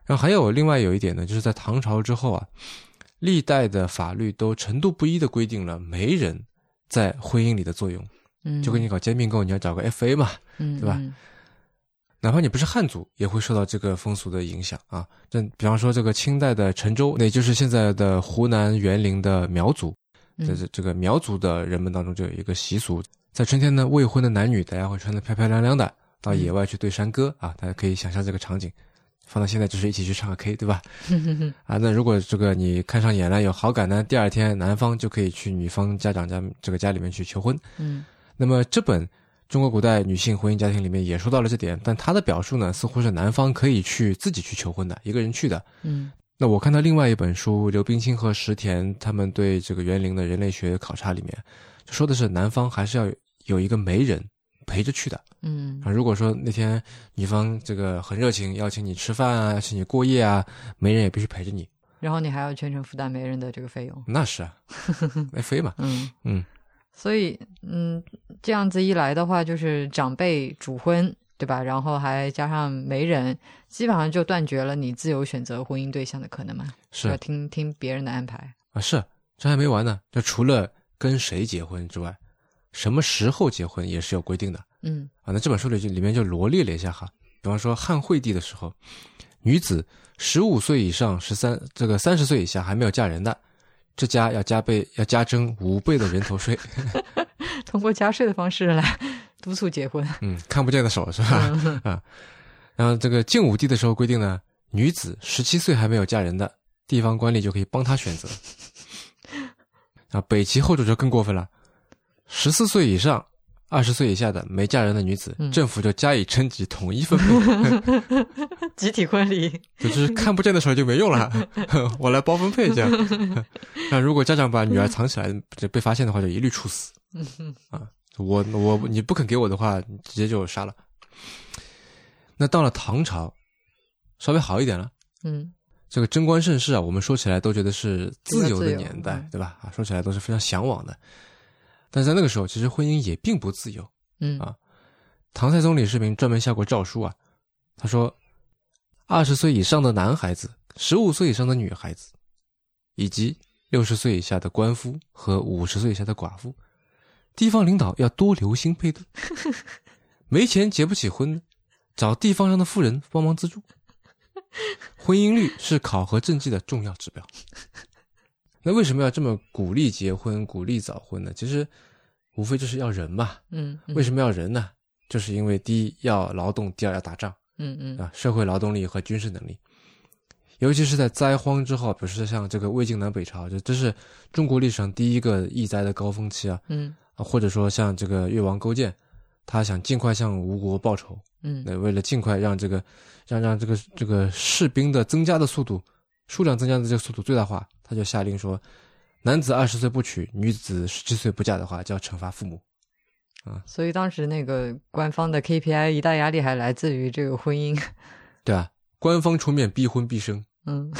Speaker 2: 然后还有另外有一点呢，就是在唐朝之后啊，历代的法律都程度不一的规定了媒人在婚姻里的作用。
Speaker 1: 嗯，
Speaker 2: 就跟你搞兼并购，你要找个 FA 嘛，
Speaker 1: 嗯
Speaker 2: 对吧
Speaker 1: 嗯
Speaker 2: 哪怕你不是汉族，也会受到这个风俗的影响啊。这比方说这个清代的陈州，那也就是现在的湖南沅陵的苗族，
Speaker 1: 嗯 <laughs>
Speaker 2: 在这这个苗族的人们当中就有一个习俗，在春天呢，未婚的男女大家会穿得漂漂亮亮的，到野外去对山歌啊。大家可以想象这个场景，放到现在就是一起去唱个 K，对吧？
Speaker 1: 嗯
Speaker 2: 啊，那如果这个你看上眼了，有好感呢，第二天男方就可以去女方家长家这个家里面去求婚。
Speaker 1: 嗯
Speaker 2: 那么这本《中国古代女性婚姻家庭》里面也说到了这点，但他的表述呢，似乎是男方可以去自己去求婚的，一个人去的。
Speaker 1: 嗯
Speaker 2: 那我看到另外一本书，刘冰清和石田他们对这个园林的人类学考察里面，就说的是男方还是要有一个媒人陪着去的。
Speaker 1: 嗯
Speaker 2: 啊，如果说那天女方这个很热情，邀请你吃饭啊，邀请你过夜啊，媒人也必须陪着你。
Speaker 1: 然后你还要全程负担媒人的这个费用，
Speaker 2: 那是啊，FA 嘛，
Speaker 1: 嗯
Speaker 2: 嗯，
Speaker 1: 所以嗯，这样子一来的话，就是长辈主婚。对吧？然后还加上媒人，基本上就断绝了你自由选择婚姻对象的可能嘛。
Speaker 2: 是
Speaker 1: 要听听别人的安排。
Speaker 2: 啊，是，这还没完呢。这除了跟谁结婚之外，什么时候结婚也是有规定的
Speaker 1: 嗯
Speaker 2: 啊。那这本书里就里面就罗列了一下哈，比方说汉惠帝的时候，女子十五岁以上，十三这个三十岁以下还没有嫁人的，这家要加倍要加征五倍的人头税。
Speaker 1: 通过加税的方式来 <laughs> 督促结婚。
Speaker 2: 嗯，看不见的手是吧？啊，然后这个晋武帝的时候规定呢，女子十七岁还没有嫁人的，地方官吏就可以帮她选择。啊，北齐后主就更过分了，十四岁以上、二十岁以下的没嫁人的女子，
Speaker 1: 嗯
Speaker 2: 政府就加以征集，统一分配。
Speaker 1: 集体婚礼。
Speaker 2: <laughs> 就是看不见的手就没用了， <laughs> 我来包分配去。 <laughs> 那如果家长把女儿藏起来，这被发现的话，就一律处死。啊，我我你不肯给我的话，直接就杀了。那到了唐朝，稍微好一点了。
Speaker 1: 嗯
Speaker 2: 这个贞观盛世啊，我们说起来都觉得是自由的年
Speaker 1: 比较自
Speaker 2: 代
Speaker 1: 由，
Speaker 2: 对吧？啊，说起来都是非常向往的。但是在那个时候，其实婚姻也并不自由。
Speaker 1: 嗯
Speaker 2: 啊唐太宗李世民专门下过诏书啊，他说，二十岁以上的男孩子，十五岁以上的女孩子，以及六十岁以下的官夫和五十岁以下的寡妇，地方领导要多留心配对，没钱结不起婚，找地方上的富人帮忙资助。婚姻率是考核政绩的重要指标。那为什么要这么鼓励结婚、鼓励早婚呢？其实，无非就是要人嘛，
Speaker 1: 嗯，
Speaker 2: 为
Speaker 1: 么？
Speaker 2: 什么要人呢？就是因为第一要劳动，第二要打仗
Speaker 1: 嗯嗯
Speaker 2: 啊，社会劳动力和军事能力。尤其是在灾荒之后，比如说像这个魏晋南北朝，就这是中国历史上第一个疫灾的高峰期啊
Speaker 1: 嗯
Speaker 2: 啊，或者说像这个越王勾践，他想尽快向吴国报仇，
Speaker 1: 嗯
Speaker 2: 那为了尽快让这个让让这个这个士兵的增加的速度数量增加的这个速度最大化，他就下令说，男子二十岁不娶，女子十七岁不嫁的话，就要惩罚父母。
Speaker 1: 所以当时那个官方的 KPI 一大压力还来自于这个婚姻。
Speaker 2: 对啊，官方出面逼婚逼生。
Speaker 1: 嗯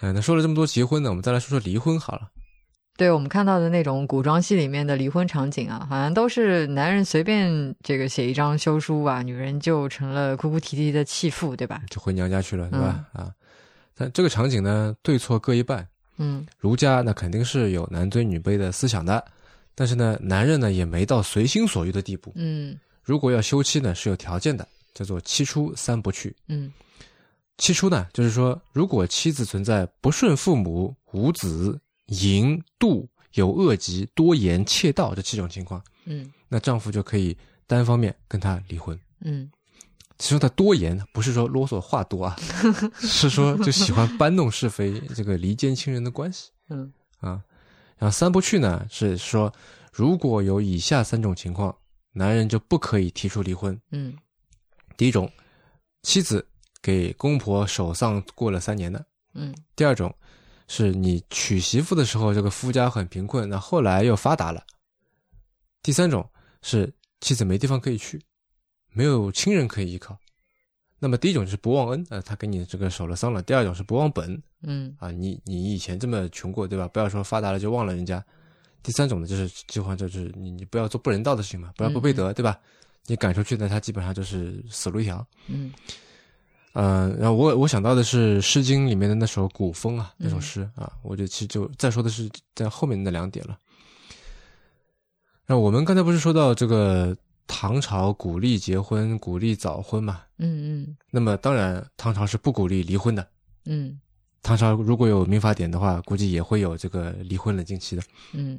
Speaker 2: 嗯，那说了这么多结婚呢，我们再来说说离婚好了。
Speaker 1: 对我们看到的那种古装戏里面的离婚场景啊，好像都是男人随便这个写一张休书啊，女人就成了哭哭啼啼的弃妇，对吧？
Speaker 2: 就回娘家去了，对吧？啊，但这个场景呢，对错各一半。
Speaker 1: 嗯
Speaker 2: 儒家那肯定是有男尊女卑的思想的，但是呢，男人呢也没到随心所欲的地步。
Speaker 1: 嗯
Speaker 2: 如果要休妻呢，是有条件的，叫做七出三不去。
Speaker 1: 嗯
Speaker 2: 七出呢，就是说，如果妻子存在不顺父母、无子、淫、妒、有恶疾、多言、窃盗这七种情况，
Speaker 1: 嗯
Speaker 2: 那丈夫就可以单方面跟她离婚。
Speaker 1: 嗯
Speaker 2: 其中的多言不是说啰嗦话多啊，是说就喜欢搬弄是非，这个离间亲人的关系
Speaker 1: 嗯
Speaker 2: 啊。然后三不去呢，是说如果有以下三种情况，男人就不可以提出离婚。
Speaker 1: 嗯
Speaker 2: 第一种，妻子给公婆守丧过了三年的；
Speaker 1: 嗯
Speaker 2: 第二种，是你娶媳妇的时候这个夫家很贫困，那后来又发达了；第三种是妻子没地方可以去，没有亲人可以依靠。那么第一种就是不忘恩，呃，他给你这个守了丧了；第二种是不忘本，
Speaker 1: 嗯
Speaker 2: 啊，你你以前这么穷过，对吧？不要说发达了就忘了人家。第三种呢，就是基本上就是你你不要做不人道的事情嘛，不要不背德，对吧？你赶出去呢，他基本上就是死路一条。
Speaker 1: 嗯
Speaker 2: 嗯、然后我我想到的是《诗经》里面的那首《古风》啊，那首诗啊，我觉得其实就再说的是在后面那两点了。那我们刚才不是说到这个唐朝鼓励结婚、鼓励早婚嘛？
Speaker 1: 嗯
Speaker 2: 那么当然，唐朝是不鼓励离婚的。
Speaker 1: 嗯嗯
Speaker 2: 唐朝如果有民法典的话，估计也会有这个离婚冷静期的。
Speaker 1: 嗯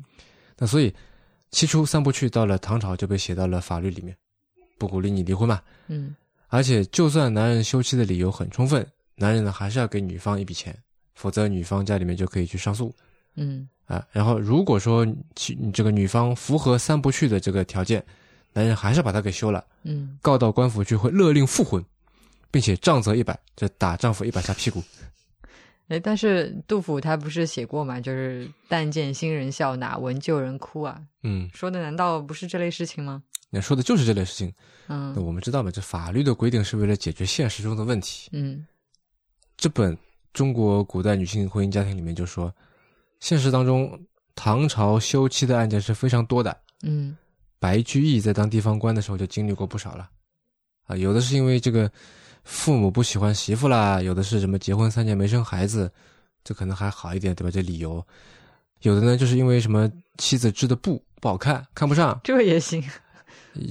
Speaker 2: 那所以七出三部曲到了唐朝就被写到了法律里面，不鼓励你离婚嘛。
Speaker 1: 嗯
Speaker 2: 而且就算男人休妻的理由很充分，男人呢还是要给女方一笔钱，否则女方家里面就可以去上诉
Speaker 1: 嗯
Speaker 2: 啊。然后如果说其这个女方符合三部曲的这个条件，男人还是把她给休了，
Speaker 1: 嗯，
Speaker 2: 告到官府去会勒令复婚，并且杖责一百，这打丈夫一百下屁股。
Speaker 1: 哎，但是杜甫他不是写过嘛，就是“但见新人笑，哪闻旧人哭”啊，
Speaker 2: 嗯，
Speaker 1: 说的难道不是这类事情吗？
Speaker 2: 那说的就是这类事情。那
Speaker 1: 嗯
Speaker 2: 我们知道嘛，这法律的规定是为了解决现实中的问题。
Speaker 1: 嗯
Speaker 2: 这本《中国古代女性婚姻家庭》里面就说，现实当中唐朝休妻的案件是非常多的。
Speaker 1: 嗯
Speaker 2: 白居易在当地方官的时候就经历过不少了，啊，有的是因为这个父母不喜欢媳妇啦，有的是什么结婚三年没生孩子，这可能还好一点，对吧？这理由，有的呢就是因为什么妻子织的布不好看，看不上，
Speaker 1: 这也行。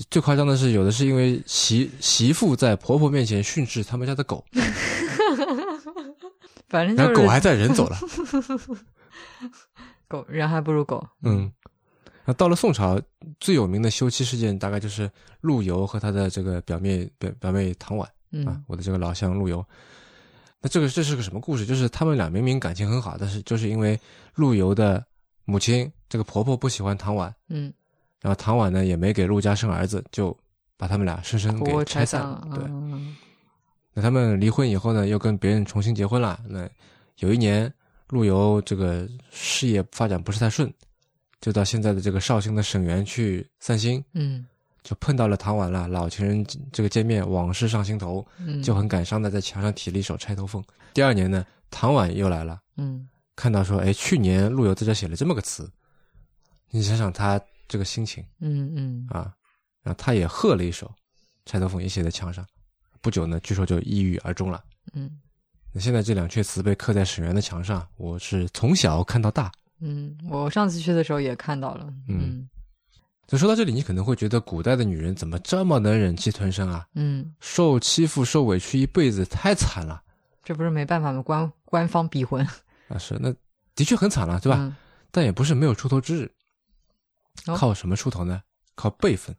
Speaker 2: 最夸张的是，有的是因为媳媳妇在婆婆面前训斥他们家的狗，
Speaker 1: 反正
Speaker 2: 然
Speaker 1: 就
Speaker 2: 后
Speaker 1: 是
Speaker 2: 狗还在，人
Speaker 1: <laughs>
Speaker 2: 走了。
Speaker 1: 狗人还不如狗。
Speaker 2: 嗯，那到了宋朝，最有名的休妻事件大概就是陆游和他的这个表妹表表妹唐婉啊
Speaker 1: 嗯，
Speaker 2: 我的这个老乡陆游。那这个这是个什么故事？就是他们俩明明感情很好，但是就是因为陆游的母亲这个婆婆不喜欢唐婉，
Speaker 1: 嗯，
Speaker 2: 然后唐婉呢也没给陆家生儿子，就把他们俩生生
Speaker 1: 婆
Speaker 2: 给
Speaker 1: 婆
Speaker 2: 拆
Speaker 1: 拆
Speaker 2: 散
Speaker 1: 散
Speaker 2: 了
Speaker 1: 了。。
Speaker 2: 对，
Speaker 1: 嗯
Speaker 2: 那他们离婚以后呢，又跟别人重新结婚了。那有一年，陆游这个事业发展不是太顺，就到现在的这个绍兴的沈园去散心，
Speaker 1: 嗯
Speaker 2: 就碰到了唐婉了。老情人这个见面，往事上心头，
Speaker 1: 嗯，
Speaker 2: 就很感伤的在墙上提了一首《钗头凤》。第二年呢，唐婉又来了，
Speaker 1: 嗯
Speaker 2: 看到说，哎，去年陆游在这写了这么个词，你想想他这个心情
Speaker 1: 嗯嗯
Speaker 2: 啊，然后他也喝了一首《钗头凤》，嗯也写在墙上。不久呢，据说就抑郁而终了。
Speaker 1: 嗯
Speaker 2: 那现在这两阙词被刻在沈园的墙上，我是从小看到大。
Speaker 1: 嗯，我上次去的时候也看到了。
Speaker 2: 嗯
Speaker 1: 嗯
Speaker 2: 就说到这里，你可能会觉得古代的女人怎么这么能忍气吞声啊？
Speaker 1: 嗯，
Speaker 2: 受欺负、受委屈一辈子，太惨了
Speaker 1: 这不是没办法吗？官官方逼婚，
Speaker 2: 啊！是，那的确很惨了，对吧？
Speaker 1: 嗯？
Speaker 2: 但也不是没有出头之日。
Speaker 1: 哦
Speaker 2: 靠什么出头呢？靠辈分。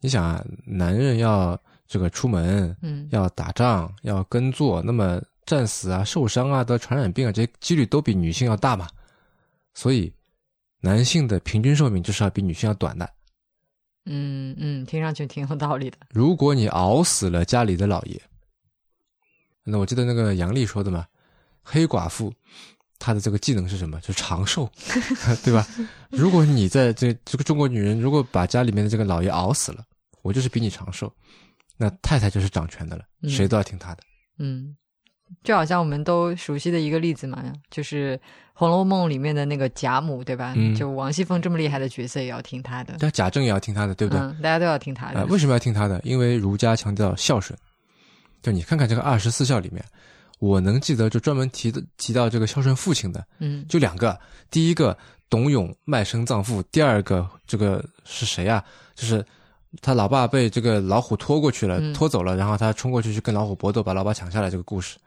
Speaker 2: 你想啊，男人要这个出门，
Speaker 1: 嗯
Speaker 2: 要打仗，要耕作，那么战死啊、受伤啊、得传染病啊，这些几率都比女性要大嘛。所以，男性的平均寿命就是要比女性要短的。
Speaker 1: 嗯嗯，听上去挺有道理的。
Speaker 2: 如果你熬死了家里的老爷，那我记得那个杨笠说的嘛，黑寡妇她的这个技能是什么？就是长寿， <laughs> 对吧？如果你在这这个中国女人，如果把家里面的这个老爷熬死了，我就是比你长寿，那太太就是掌权的了，
Speaker 1: 嗯
Speaker 2: 谁都要听她的。
Speaker 1: 嗯，就好像我们都熟悉的一个例子嘛，就是《红楼梦》里面的那个贾母，对吧？
Speaker 2: 嗯
Speaker 1: 就王熙凤这么厉害的角色，也要听她的，
Speaker 2: 但贾政也要听她的，对不对？
Speaker 1: 嗯，大家都要听她的。
Speaker 2: 啊，为什么要听他的？因为儒家强调孝顺。就你看看这个二十四孝里面，我能记得就专门提的提到这个孝顺父亲的
Speaker 1: 嗯
Speaker 2: 就两个，第一个董永卖身葬父，第二个这个是谁啊？就是他老爸被这个老虎拖过去了，
Speaker 1: 嗯
Speaker 2: 拖走了，然后他冲过去去跟老虎搏斗，把老爸抢下来这个故事。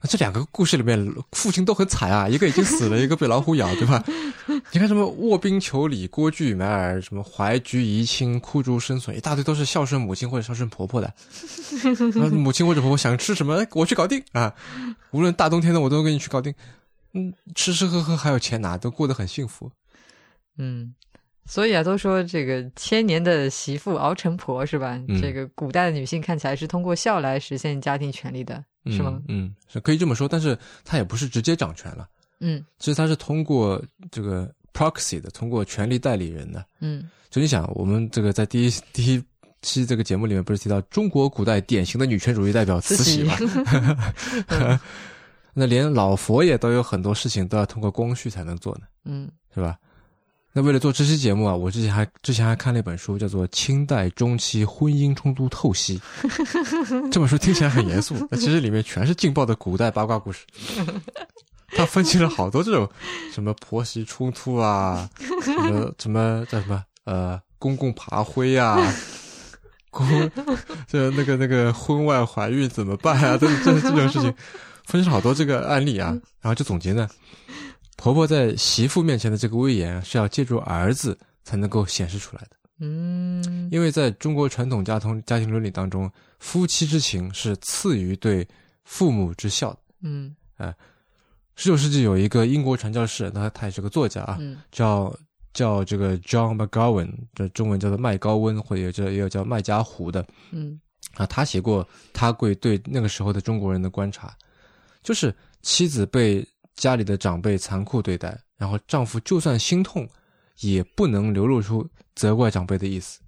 Speaker 2: 那这两个故事里面，父亲都很惨啊，一个已经死了，一个被老虎咬，对吧？ <laughs> 你看什么卧冰求鲤、郭巨埋儿，什么怀菊怡亲、哭竹生笋，一大堆都是孝顺母亲或者孝顺婆婆的。啊母亲或者婆婆想吃什么，哎我去搞定啊！无论大冬天的，我都给你去搞定。嗯，吃吃喝喝还有钱拿，都过得很幸福。
Speaker 1: 嗯，所以啊，都说这个千年的媳妇熬成婆是吧？
Speaker 2: 嗯
Speaker 1: 这个古代的女性看起来是通过孝来实现家庭权利的，是吗？
Speaker 2: 嗯？嗯，是可以这么说，但是他也不是直接掌权了，
Speaker 1: 嗯
Speaker 2: 其实他是通过这个 proxy 的，通过权力代理人的。
Speaker 1: 嗯
Speaker 2: 就你想，我们这个在第一第一期这个节目里面不是提到中国古代典型的女权主义代表慈禧吗？ <laughs> 那连老佛爷都有很多事情都要通过光绪才能做呢，
Speaker 1: 嗯
Speaker 2: 是吧？那为了做这期节目啊，我之前还之前还看了一本书，叫做《清代中期婚姻冲突透析》。这本书听起来很严肃，但其实里面全是劲爆的古代八卦故事。它分析了好多这种什么婆媳冲突啊，什么什么叫什么呃公公爬灰啊，公这那个那个婚外怀孕怎么办啊？这这这种事情，分析了好多这个案例啊，然后就总结呢，婆婆在媳妇面前的这个威严啊是要借助儿子才能够显示出来的，
Speaker 1: 嗯
Speaker 2: 因为在中国传统家庭家庭伦理当中，夫妻之情是次于对父母之孝的。
Speaker 1: 嗯
Speaker 2: 十九世纪有一个英国传教士，那他也是个作家啊，
Speaker 1: 嗯
Speaker 2: 叫叫这个 John McGowan，这中文叫做麦高温，或者叫也有叫麦家湖的
Speaker 1: 嗯
Speaker 2: 啊。他写过他对对那个时候的中国人的观察，就是妻子被家里的长辈残酷对待，然后丈夫就算心痛，也不能流露出责怪长辈的意思。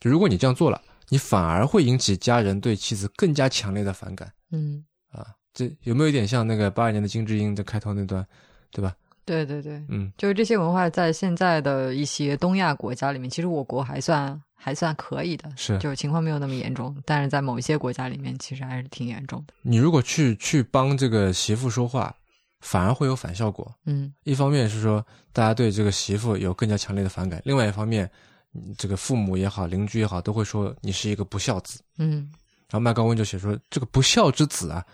Speaker 2: 就如果你这样做了，你反而会引起家人对妻子更加强烈的反感。
Speaker 1: 嗯，
Speaker 2: 啊，这有没有一点像那个八二年的金智英的开头那段，对吧？
Speaker 1: 对对对，
Speaker 2: 嗯，
Speaker 1: 就是这些文化在现在的一些东亚国家里面，其实我国还算还算可以的，
Speaker 2: 是
Speaker 1: 就情况没有那么严重，但是在某一些国家里面，其实还是挺严重的。
Speaker 2: 你如果去去帮这个媳妇说话，反而会有反效果。
Speaker 1: 嗯
Speaker 2: 一方面是说大家对这个媳妇有更加强烈的反感，另外一方面，嗯这个父母也好，邻居也好，都会说你是一个不孝子。
Speaker 1: 嗯
Speaker 2: 然后麦高温就写说，这个不孝之子啊，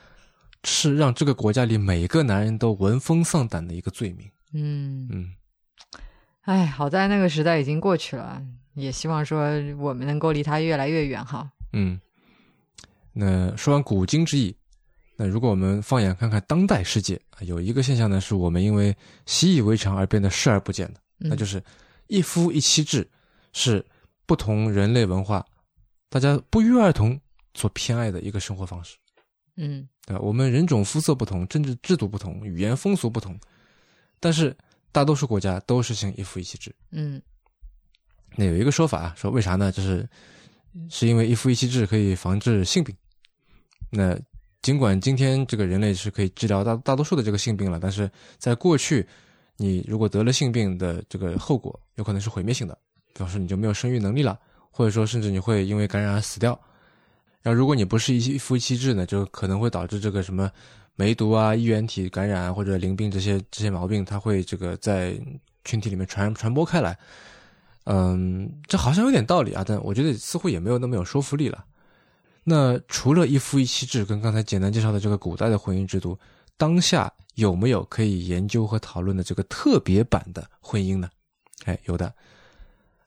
Speaker 2: 是让这个国家里每一个男人都闻风丧胆的一个罪名。
Speaker 1: 嗯，
Speaker 2: 嗯，
Speaker 1: 哎，好在那个时代已经过去了，啊也希望说我们能够离它越来越远哈。
Speaker 2: 嗯，那说完古今之意，那如果我们放眼看看当代世界啊，有一个现象呢，是我们因为习以为常而变得视而不见的，
Speaker 1: 嗯
Speaker 2: 那就是一夫一妻制是不同人类文化大家不约而同所偏爱的一个生活方式，
Speaker 1: 嗯
Speaker 2: 对吧？我们人种肤色不同，政治制度不同，语言风俗不同，但是大多数国家都实行一夫一妻制。
Speaker 1: 嗯
Speaker 2: 那有一个说法啊，说为啥呢？就是是因为一夫一妻制可以防治性病。那尽管今天这个人类是可以治疗大大多数的这个性病了，但是在过去，你如果得了性病的这个后果，有可能是毁灭性的，比方说你就没有生育能力了，或者说甚至你会因为感染而死掉。然后如果你不是一夫一妻制呢，就可能会导致这个什么梅毒啊、衣原体感染啊或者淋病这些这些毛病，它会这个在群体里面传传播开来。嗯，这好像有点道理啊，但我觉得似乎也没有那么有说服力了。那除了一夫一妻制跟刚才简单介绍的这个古代的婚姻制度，当下有没有可以研究和讨论的这个特别版的婚姻呢？哎，有的。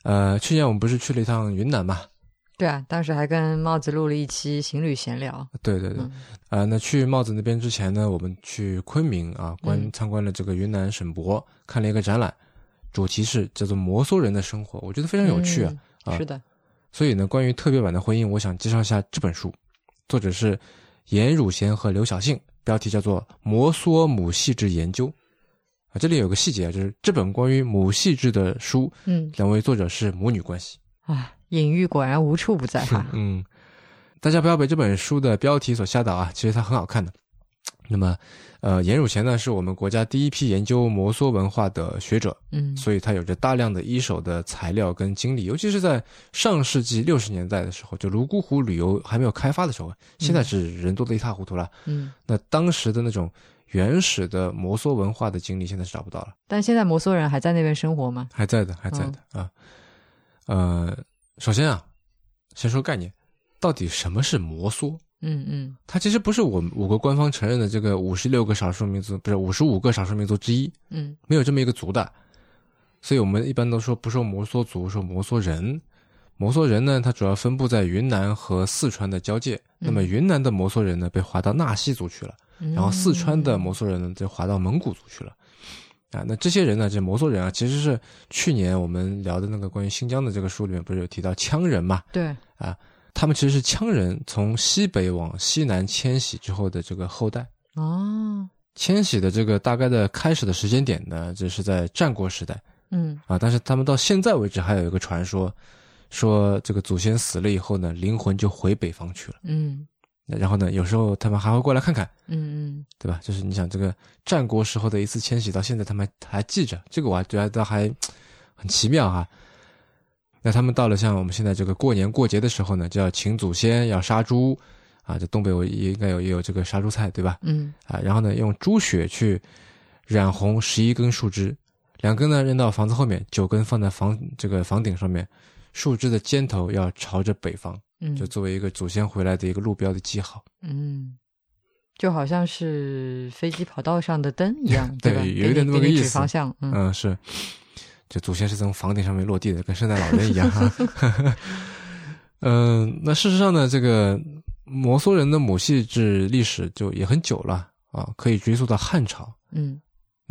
Speaker 2: 呃，去年我们不是去了一趟云南嘛？
Speaker 1: 对啊，当时还跟帽子录了一期情侣闲聊。
Speaker 2: 对对对。
Speaker 1: 嗯
Speaker 2: 啊、那去帽子那边之前呢，我们去昆明啊，观
Speaker 1: 嗯
Speaker 2: 参观了这个云南省博，看了一个展览，主题是叫做“摩梭人的生活”，我觉得非常有趣啊。
Speaker 1: 嗯
Speaker 2: 啊
Speaker 1: 是的，
Speaker 2: 所以呢，关于特别版的婚姻，我想介绍一下这本书，作者是颜汝贤和刘晓庆，标题叫做《摩梭母系制研究》啊。这里有个细节啊，就是这本关于母系制的书，
Speaker 1: 嗯
Speaker 2: 两位作者是母女关系。。
Speaker 1: 啊，隐喻果然无处不在哈
Speaker 2: 嗯，大家不要被这本书的标题所吓倒啊，其实它很好看的。那么，呃，颜汝贤呢，是我们国家第一批研究摩梭文化的学者，
Speaker 1: 嗯
Speaker 2: 所以他有着大量的一手的材料跟经历，尤其是在上世纪六十年代的时候，就泸沽湖旅游还没有开发的时候，现在是人多的一塌糊涂了。
Speaker 1: 嗯，
Speaker 2: 那当时的那种原始的摩梭文化的经历，现在是找不到了，
Speaker 1: 但现在摩梭人还在那边生活吗？
Speaker 2: 还在的，还在的、啊。呃，首先啊，先说概念，到底什么是摩梭？
Speaker 1: 嗯嗯
Speaker 2: 它其实不是我们我国官方承认的这个五十六个少数民族，不是五十五个少数民族之一，
Speaker 1: 嗯
Speaker 2: 没有这么一个族的，所以我们一般都说不说摩梭族，说摩梭人。摩梭人呢，它主要分布在云南和四川的交界。那么云南的摩梭人呢，被划到纳西族去了，
Speaker 1: 嗯，
Speaker 2: 然后四川的摩梭人呢，就划到蒙古族去了。啊，那这些人呢，这摩梭人啊，其实是去年我们聊的那个关于新疆的这个书里面不是有提到羌人嘛？
Speaker 1: 对，
Speaker 2: 他们其实是羌人从西北往西南迁徙之后的这个后代。
Speaker 1: 哦，
Speaker 2: 迁徙的这个大概的开始的时间点呢，这是在战国时代。
Speaker 1: 嗯
Speaker 2: 啊，但是他们到现在为止还有一个传说，说这个祖先死了以后呢，灵魂就回北方去了。
Speaker 1: 嗯
Speaker 2: 然后呢，有时候他们还会过来看看，
Speaker 1: 嗯
Speaker 2: 对吧？就是你想这个战国时候的一次迁徙，到现在他们还还记着，这个我还觉得还很奇妙哈、那他们到了像我们现在这个过年过节的时候呢，就要请祖先，要杀猪啊。这东北我也应该有也有这个杀猪菜，对吧？
Speaker 1: 嗯
Speaker 2: 啊，然后呢，用猪血去染红十一根树枝，两根呢扔到房子后面，九根放在房这个房顶上面，树枝的尖头要朝着北方，
Speaker 1: 嗯，
Speaker 2: 就作为一个祖先回来的一个路标的记号。
Speaker 1: 嗯，就好像是飞机跑道上的灯一
Speaker 2: <laughs>
Speaker 1: 样，
Speaker 2: 对
Speaker 1: 吧？
Speaker 2: 有一
Speaker 1: 给
Speaker 2: 点
Speaker 1: 你
Speaker 2: 那么
Speaker 1: 给
Speaker 2: 个
Speaker 1: 你
Speaker 2: 意
Speaker 1: 指
Speaker 2: 思
Speaker 1: 方向，嗯
Speaker 2: 嗯，是，就祖先是从房顶上面落地的，跟圣诞老人一样哈。 <laughs> 嗯、那事实上呢，这个摩梭人的母系制历史就也很久了啊，可以追溯到汉朝。
Speaker 1: 嗯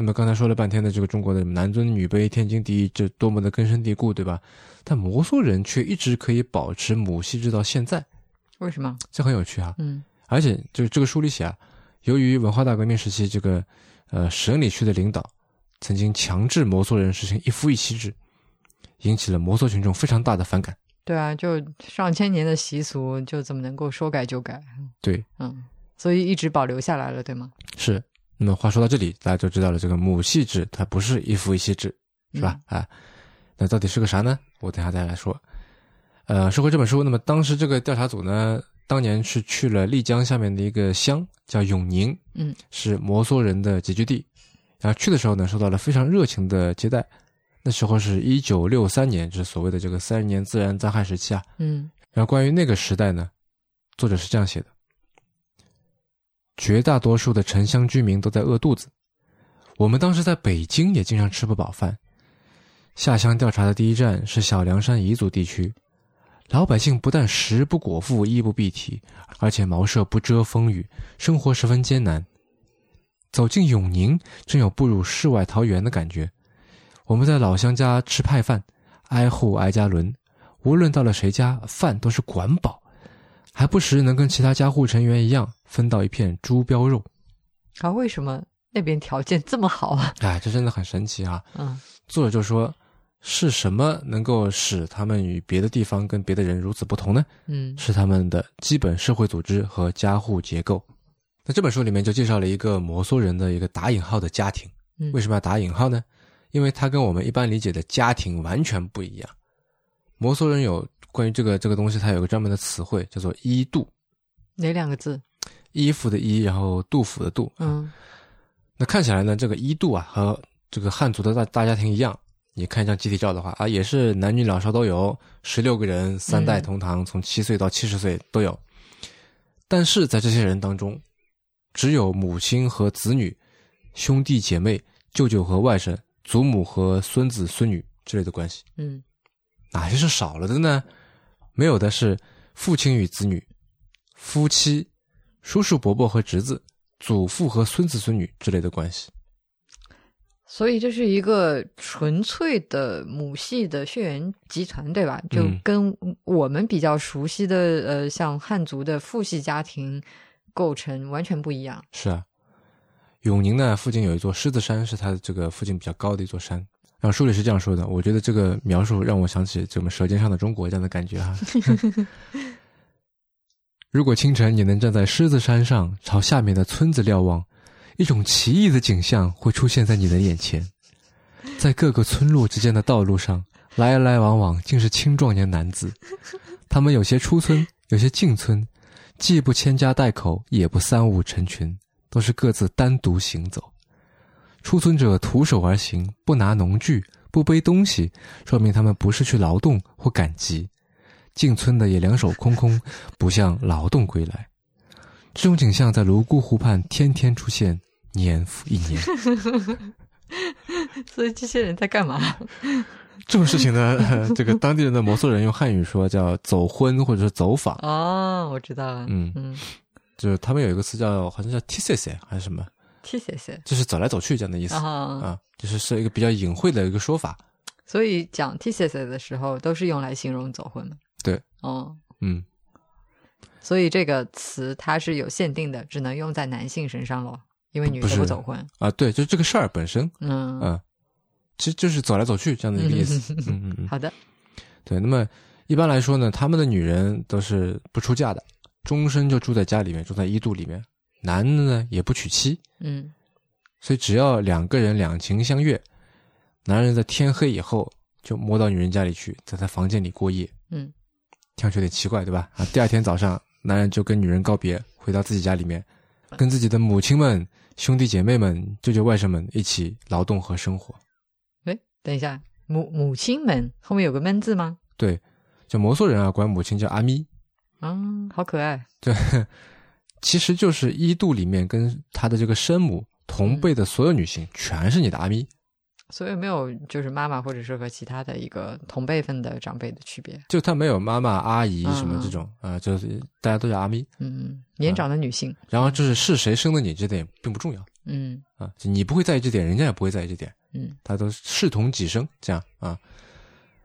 Speaker 2: 那么刚才说了半天的这个中国的男尊女卑、天经地义，这多么的根深蒂固，对吧？但摩梭人却一直可以保持母系制到现在，
Speaker 1: 为什么？
Speaker 2: 这很有趣啊！
Speaker 1: 嗯
Speaker 2: 而且就是这个书里写啊，由于文化大革命时期这个呃省里区的领导曾经强制摩梭人实行一夫一妻制，引起了摩梭群众非常大的反感。
Speaker 1: 对啊，就上千年的习俗，就怎么能够说改就改？
Speaker 2: 对，
Speaker 1: 嗯，所以一直保留下来了，对吗？
Speaker 2: 是。那么话说到这里，大家就知道了，这个母系制它不是一夫一妻制，是吧？啊，那到底是个啥呢？我等一下再来说。呃，说回这本书，那么当时这个调查组呢，当年是去了丽江下面的一个乡，叫永宁，
Speaker 1: 嗯，
Speaker 2: 是摩梭人的集居地。然后去的时候呢，受到了非常热情的接待。那时候是一九六三年，就是所谓的这个三十年自然灾害时期啊。
Speaker 1: 嗯
Speaker 2: 然后关于那个时代呢，作者是这样写的：绝大多数的城乡居民都在饿肚子。我们当时在北京也经常吃不饱饭。下乡调查的第一站是小凉山彝族地区，老百姓不但食不果腹、衣不蔽体，而且茅舍不遮风雨，生活十分艰难。走进永宁，真有步入世外桃源的感觉。我们在老乡家吃派饭，挨户挨家轮，无论到了谁家，饭都是管饱，还不时能跟其他家户成员一样分到一片猪膘肉。
Speaker 1: 啊，为什么那边条件这么好啊？
Speaker 2: 哎，这真的很神奇啊！
Speaker 1: 嗯
Speaker 2: 作者就说，是什么能够使他们与别的地方跟别的人如此不同呢？
Speaker 1: 嗯
Speaker 2: 是他们的基本社会组织和家户结构。那这本书里面就介绍了一个摩梭人的一个打引号的家庭。
Speaker 1: 嗯，
Speaker 2: 为什么要打引号呢？因为它跟我们一般理解的家庭完全不一样。摩梭人有关于这个这个东西，它有个专门的词汇叫做“衣度”，
Speaker 1: 哪两个字？
Speaker 2: 衣服的衣，然后杜甫的杜。，
Speaker 1: 嗯
Speaker 2: 那看起来呢，这个衣度啊和这个汉族的大大家庭一样，你看一张集体照的话啊，也是男女老少都有，十六个人，三代同堂，从七岁到七十岁都有。但是在这些人当中，只有母亲和子女、兄弟姐妹、舅舅和外甥、祖母和孙子孙女之类的关系，
Speaker 1: 嗯
Speaker 2: 哪些是少了的呢？没有的是父亲与子女、夫妻、叔叔伯伯和侄子、祖父和孙子孙女之类的关系。
Speaker 1: 所以这是一个纯粹的母系的血缘集团，对吧？就
Speaker 2: 嗯
Speaker 1: 跟我们比较熟悉的呃，像汉族的父系家庭构成完全不一样。 <laughs>
Speaker 2: 是啊，永宁呢附近有一座狮子山，是它的这个附近比较高的一座山。然后书里是这样说的，我觉得这个描述让我想起这么《舌尖上的中国》这样的感觉哈、如果清晨你能站在狮子山上，朝下面的村子瞭望，一种奇异的景象会出现在你的眼前。在各个村落之间的道路上，来来往往竟是青壮年男子，他们有些出村，有些进村，既不牵家带口，也不三五成群，都是各自单独行走。出村者徒手而行，不拿农具，不背东西，说明他们不是去劳动或赶集。进村的也两手空空，不像劳动归来。这种景象在泸沽湖畔天天出现，年复一年。
Speaker 1: 所以这些人在干嘛？
Speaker 2: 这种事情呢， <laughs> 呃这个当地人的摩梭人用汉语说叫“走婚”或者是“走访
Speaker 1: 哦，我知道了。”。
Speaker 2: 嗯，
Speaker 1: 嗯，
Speaker 2: 就是他们有一个词叫好像叫 “t s s 还是什么，
Speaker 1: 谢谢谢。
Speaker 2: 就是走来走去这样的意思
Speaker 1: 啊，
Speaker 2: 啊，就是是一个比较隐晦的一个说法。
Speaker 1: 所以讲 T 谢谢的时候都是用来形容走婚嘛。
Speaker 2: 对，
Speaker 1: 哦，
Speaker 2: 嗯，
Speaker 1: 所以这个词它是有限定的，只能用在男性身上咯，因为女
Speaker 2: 不
Speaker 1: 的
Speaker 2: 是
Speaker 1: 不走婚。
Speaker 2: 啊，对，就是这个事儿本身，
Speaker 1: 嗯，
Speaker 2: 嗯，其实就是走来走去这样的一个意思。嗯嗯嗯，
Speaker 1: 好的，
Speaker 2: 对。那么一般来说呢，他们的女人都是不出嫁的，终身就住在家里面，住在一度里面。男的呢也不娶妻，
Speaker 1: 嗯
Speaker 2: 所以只要两个人两情相悦，男人在天黑以后就摸到女人家里去，在她房间里过夜。
Speaker 1: 嗯，
Speaker 2: 听上去有点奇怪，对吧？啊，第二天早上，男人就跟女人告别，回到自己家里面，跟自己的母亲们、兄弟姐妹们、舅舅外甥们一起劳动和生活。
Speaker 1: 哎，等一下，母母亲们后面有个闷字吗？
Speaker 2: 对，就摩梭人啊，管母亲叫阿咪，
Speaker 1: 啊、好可爱。
Speaker 2: 其实就是一度里面跟她的这个生母同
Speaker 1: 嗯
Speaker 2: 辈的所有女性，全是你的阿咪。
Speaker 1: 所以没有就是妈妈或者是和其他的一个同辈分的长辈的区别。
Speaker 2: 就她没有妈妈、阿姨什么
Speaker 1: 嗯
Speaker 2: 这种啊、呃就是大家都叫阿咪。
Speaker 1: 嗯，年长的女性，
Speaker 2: 然后就是是谁生的你，这点并不重要
Speaker 1: 嗯
Speaker 2: 啊，就你不会在意这点，人家也不会在意这点，
Speaker 1: 嗯，
Speaker 2: 他都是视同己生这样啊。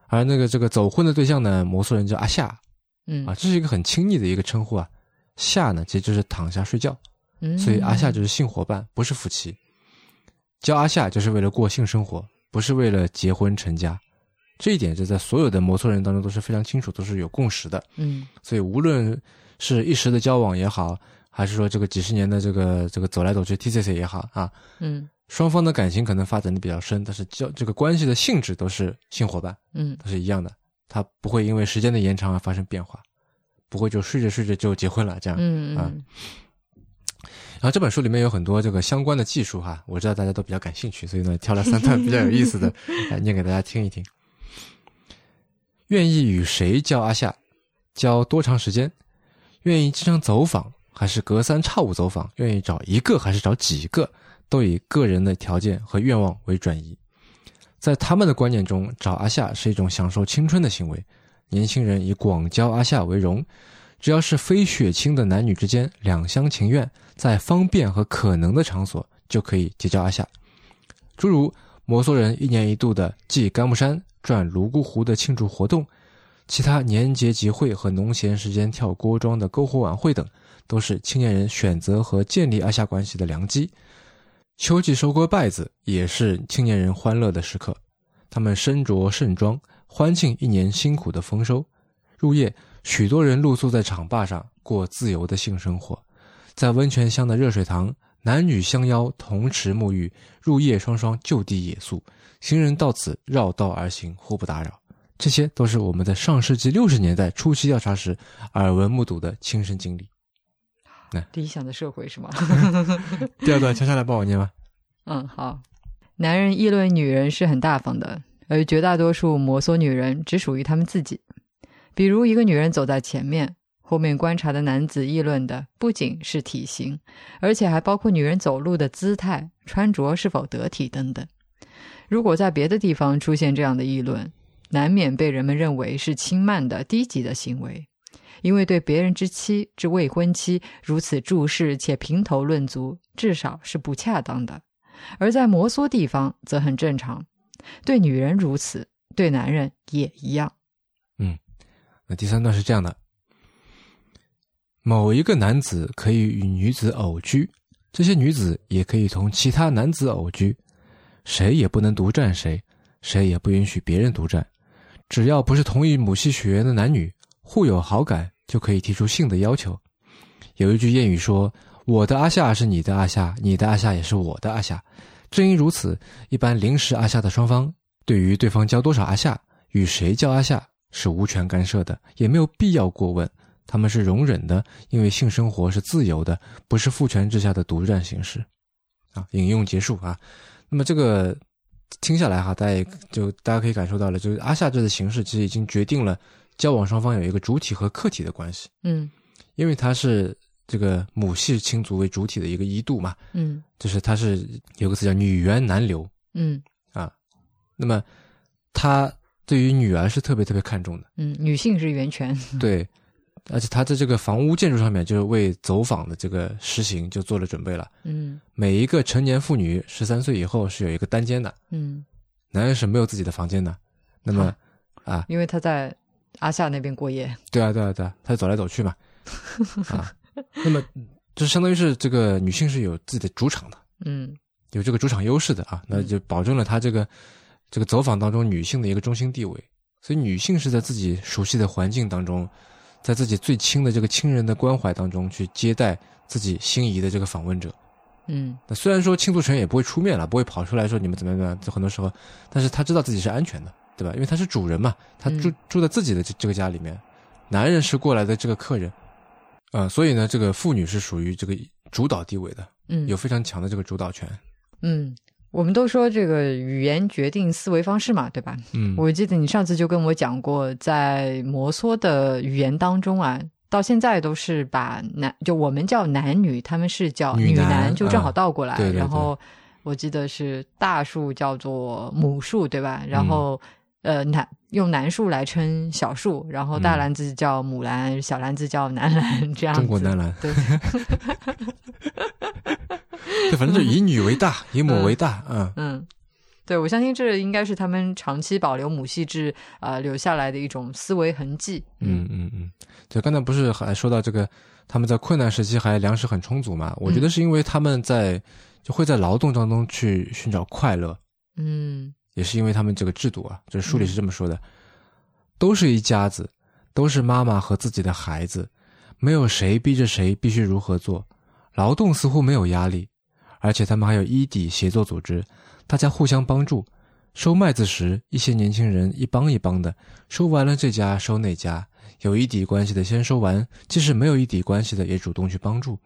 Speaker 2: 而那个这个走婚的对象呢，摩梭人叫阿夏
Speaker 1: 嗯
Speaker 2: 啊，这是一个很亲昵的一个称呼啊。夏呢，其实就是躺下睡觉，
Speaker 1: 嗯，
Speaker 2: 所以阿夏就是性伙伴，不是夫妻。叫阿夏就是为了过性生活，不是为了结婚成家。这一点就在所有的摩梭人当中都是非常清楚，都是有共识的。
Speaker 1: 嗯
Speaker 2: 所以无论是一时的交往也好，还是说这个几十年的这个这个走来走去 TCC 也好啊，
Speaker 1: 嗯
Speaker 2: 双方的感情可能发展的比较深，但是交这个关系的性质都是性伙伴，
Speaker 1: 嗯
Speaker 2: 都是一样的，它不会因为时间的延长而发生变化，不会就睡着睡着就结婚了这样。
Speaker 1: 嗯
Speaker 2: 啊
Speaker 1: 嗯
Speaker 2: 然后这本书里面有很多这个相关的技术哈，我知道大家都比较感兴趣，所以呢挑了三段比较有意思的来念给大家听一听。愿意与谁交阿夏？交多长时间？愿意经常走访还是隔三差五走访？愿意找一个还是找几个？都以个人的条件和愿望为转移。在他们的观念中，找阿夏是一种享受青春的行为。年轻人以广交阿夏为荣，只要是非血亲的男女之间两厢情愿，在方便和可能的场所就可以结交阿夏，诸如摩梭人一年一度的祭干木山、转泸沽湖的庆祝活动，其他年节集会和农闲时间跳锅庄的篝火晚会等，都是青年人选择和建立阿夏关系的良机。秋季收割稗子也是青年人欢乐的时刻，他们身着盛装，欢庆一年辛苦的丰收。入夜，许多人露宿在场坝上，过自由的性生活。在温泉乡的热水塘，男女相邀同池沐浴，入夜双双就地野宿，行人到此绕道而行，互不打扰。这些都是我们在上世纪六十年代初期调查时耳闻目睹的亲身经历。
Speaker 1: 理想的社会是吗？
Speaker 2: 第二段，悄悄来帮我念吧。
Speaker 1: 嗯，好。男人议论女人是很大方的，而绝大多数摩梭女人只属于他们自己。比如，一个女人走在前面，后面观察的男子议论的不仅是体型，而且还包括女人走路的姿态、穿着是否得体等等。如果在别的地方出现这样的议论，难免被人们认为是轻慢的、低级的行为，因为对别人之妻、之未婚妻如此注视且评头论足，至少是不恰当的。而在摩梭地方则很正常。对女人如此，对男人也一样。
Speaker 2: 那第三段是这样的：某一个男子可以与女子偶居，这些女子也可以同其他男子偶居，谁也不能独占谁，谁也不允许别人独占。只要不是同一母系血缘的男女，互有好感就可以提出性的要求。有一句谚语说：“我的阿夏是你的阿夏，你的阿夏也是我的阿夏。”正因如此，一般临时阿夏的双方，对于对方交多少阿夏，与谁叫阿夏是无权干涉的，也没有必要过问。他们是容忍的，因为性生活是自由的，不是父权制下的独占形式。啊，引用结束啊。那么这个听下来哈，大家也就大家可以感受到了，就是阿夏这的形式其实已经决定了交往双方有一个主体和客体的关系，
Speaker 1: 嗯
Speaker 2: 因为它是这个母系亲族为主体的一个一度嘛，
Speaker 1: 嗯
Speaker 2: 就是它是有个词叫女源男流，
Speaker 1: 嗯
Speaker 2: 那么他对于女儿是特别特别看重的。
Speaker 1: 嗯，女性是源泉。
Speaker 2: 对，而且他在这个房屋建筑上面，就是为走访的这个实行就做了准备了。
Speaker 1: 嗯
Speaker 2: 每一个成年妇女十三岁以后是有一个单间的，
Speaker 1: 嗯，
Speaker 2: 男人是没有自己的房间的。那么，啊，
Speaker 1: 因为她在阿夏那边过夜。
Speaker 2: 对啊，对啊，对啊，他走来走去嘛，啊，那么就相当于是这个女性是有自己的主场的，
Speaker 1: 嗯
Speaker 2: 有这个主场优势的啊，那就保证了她这个这个走访当中女性的一个中心地位。所以女性是在自己熟悉的环境当中，在自己最亲的这个亲人的关怀当中去接待自己心仪的这个访问者。
Speaker 1: 嗯
Speaker 2: 那虽然说庆祝成员也不会出面了，不会跑出来说你们怎么样怎么样，就很多时候，但是他知道自己是安全的，对吧？因为他是主人嘛，他住、
Speaker 1: 嗯
Speaker 2: 住在自己的这这个家里面，男人是过来的这个客人，啊、所以呢，这个妇女是属于这个主导地位的，
Speaker 1: 嗯，
Speaker 2: 有非常强的这个主导权。
Speaker 1: 嗯，我们都说这个语言决定思维方式嘛，对吧？
Speaker 2: 嗯，
Speaker 1: 我记得你上次就跟我讲过，在摩梭的语言当中啊，到现在都是把男就我们叫男女，他们是叫
Speaker 2: 女
Speaker 1: 女
Speaker 2: 男
Speaker 1: 就正好
Speaker 2: 啊
Speaker 1: 倒过来。
Speaker 2: 对对
Speaker 1: 然
Speaker 2: 对
Speaker 1: 后我记得是大数叫做母数，对吧？然后、呃男用男数来称小数，然后大
Speaker 2: 嗯
Speaker 1: 篮子叫母篮，小篮子叫男篮，这样子。
Speaker 2: 中国男篮，
Speaker 1: 对，
Speaker 2: <laughs> 对，反正就以女为 <laughs> 大，以母为大，嗯
Speaker 1: 嗯，对，我相信这应该是他们长期保留母系制啊、呃留下来的一种思维痕迹。
Speaker 2: 嗯嗯嗯，对，刚才不是还说到这个，他们在困难时期还粮食很充足嘛？我觉得是因为他们在、就会在劳动当中去寻找快乐，
Speaker 1: 嗯
Speaker 2: 也是因为他们这个制度啊，这书里是这么说的：都是一家子，都是妈妈和自己的孩子，没有谁逼着谁必须如何做。劳动似乎没有压力，而且他们还有伊底协作组织，大家互相帮助。收麦子时，一些年轻人一帮一帮的收完了这家收那家，有一底关系的先收完，即使没有一底关系的也主动去帮助。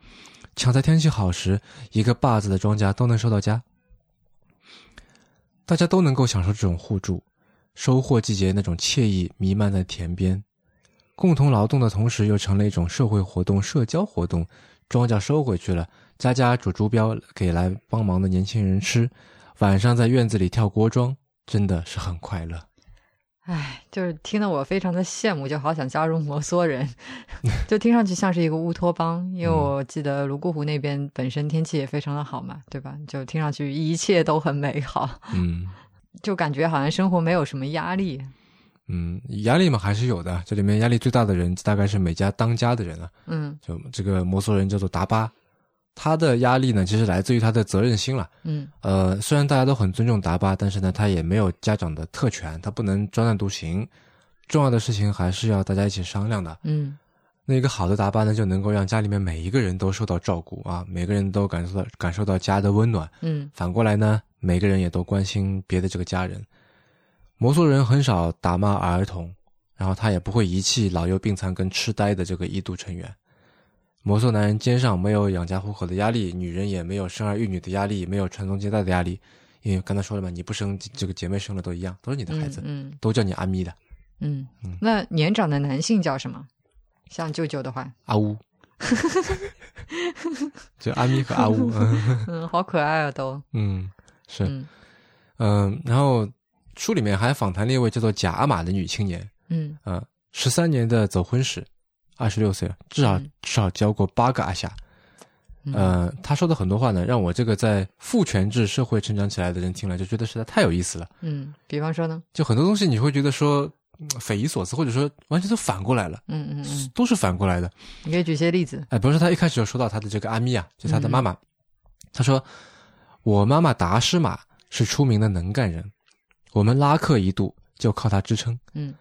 Speaker 2: 抢在天气好时，一个坝子的庄稼都能收到家。大家都能够享受这种互助，收获季节那种惬意弥漫在田边，共同劳动的同时，又成了一种社会活动、社交活动。庄稼收回去了，家家煮猪膘给来帮忙的年轻人吃，晚上在院子里跳锅庄，真的是很快乐。
Speaker 1: 唉，就是听得我非常的羡慕，就好想加入摩梭人， <laughs> 就听上去像是一个乌托邦。因为我记得泸沽湖那边本身天气也非常的好嘛，对吧？就听上去一切都很美好，
Speaker 2: 嗯
Speaker 1: 就感觉好像生活没有什么压力。
Speaker 2: 嗯，压力嘛还是有的，这里面压力最大的人大概是每家当家的人了、
Speaker 1: 嗯
Speaker 2: 就这个摩梭人叫做达巴，他的压力呢，其实来自于他的责任心了。
Speaker 1: 嗯
Speaker 2: 呃，虽然大家都很尊重达巴，但是呢，他也没有家长的特权，他不能专断独行。重要的事情还是要大家一起商量的。
Speaker 1: 嗯
Speaker 2: 那一个好的达巴呢，就能够让家里面每一个人都受到照顾啊，每个人都感受到感受到家的温暖。
Speaker 1: 嗯
Speaker 2: 反过来呢，每个人也都关心别的这个家人。摩梭人很少打骂儿童，然后他也不会遗弃老幼病残跟痴呆的这个异度成员。摩梭男人肩上没有养家糊口的压力，女人也没有生儿育女的压力，没有传宗接代的压力。因为刚才说了嘛，你不生这个姐妹生了都一样，都是你的孩子，
Speaker 1: 嗯
Speaker 2: 都叫你阿咪的
Speaker 1: 嗯嗯。那年长的男性叫什么？像舅舅的
Speaker 2: <laughs>
Speaker 1: 话，
Speaker 2: 阿乌，就阿咪和阿
Speaker 1: <laughs>
Speaker 2: 乌，嗯
Speaker 1: 嗯，好可爱啊，都。
Speaker 2: 嗯，是，
Speaker 1: 嗯
Speaker 2: 嗯，然后书里面还访谈了一位叫做贾阿玛的女青年，
Speaker 1: 嗯
Speaker 2: 呃，十三年的走婚史，二十六岁了，至少
Speaker 1: 嗯
Speaker 2: 至少交过八个阿夏。
Speaker 1: 嗯
Speaker 2: 呃，他说的很多话呢，让我这个在父权制社会成长起来的人听了，就觉得实在太有意思了。
Speaker 1: 嗯，比方说呢？
Speaker 2: 就很多东西你会觉得说嗯匪夷所思，或者说完全都反过来了，
Speaker 1: 嗯嗯嗯，
Speaker 2: 都是反过来的。
Speaker 1: 你可以举些例子。
Speaker 2: 哎，比如说他一开始就说到他的这个阿咪啊，就是他的
Speaker 1: 嗯
Speaker 2: 妈妈，他说：“我妈妈达施玛是出名的能干人，我们拉客一度就靠她支撑。”
Speaker 1: 嗯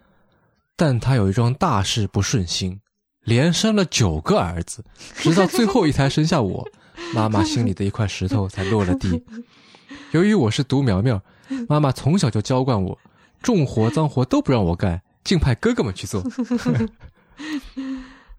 Speaker 2: 但他有一桩大事不顺心，连生了九个儿子，直到最后一胎生下
Speaker 1: <laughs>
Speaker 2: 我，妈妈心里的一块石头才落了地。由于我是独苗苗，妈妈从小就娇惯我，重活脏活都不让我干，竟派哥哥们去做。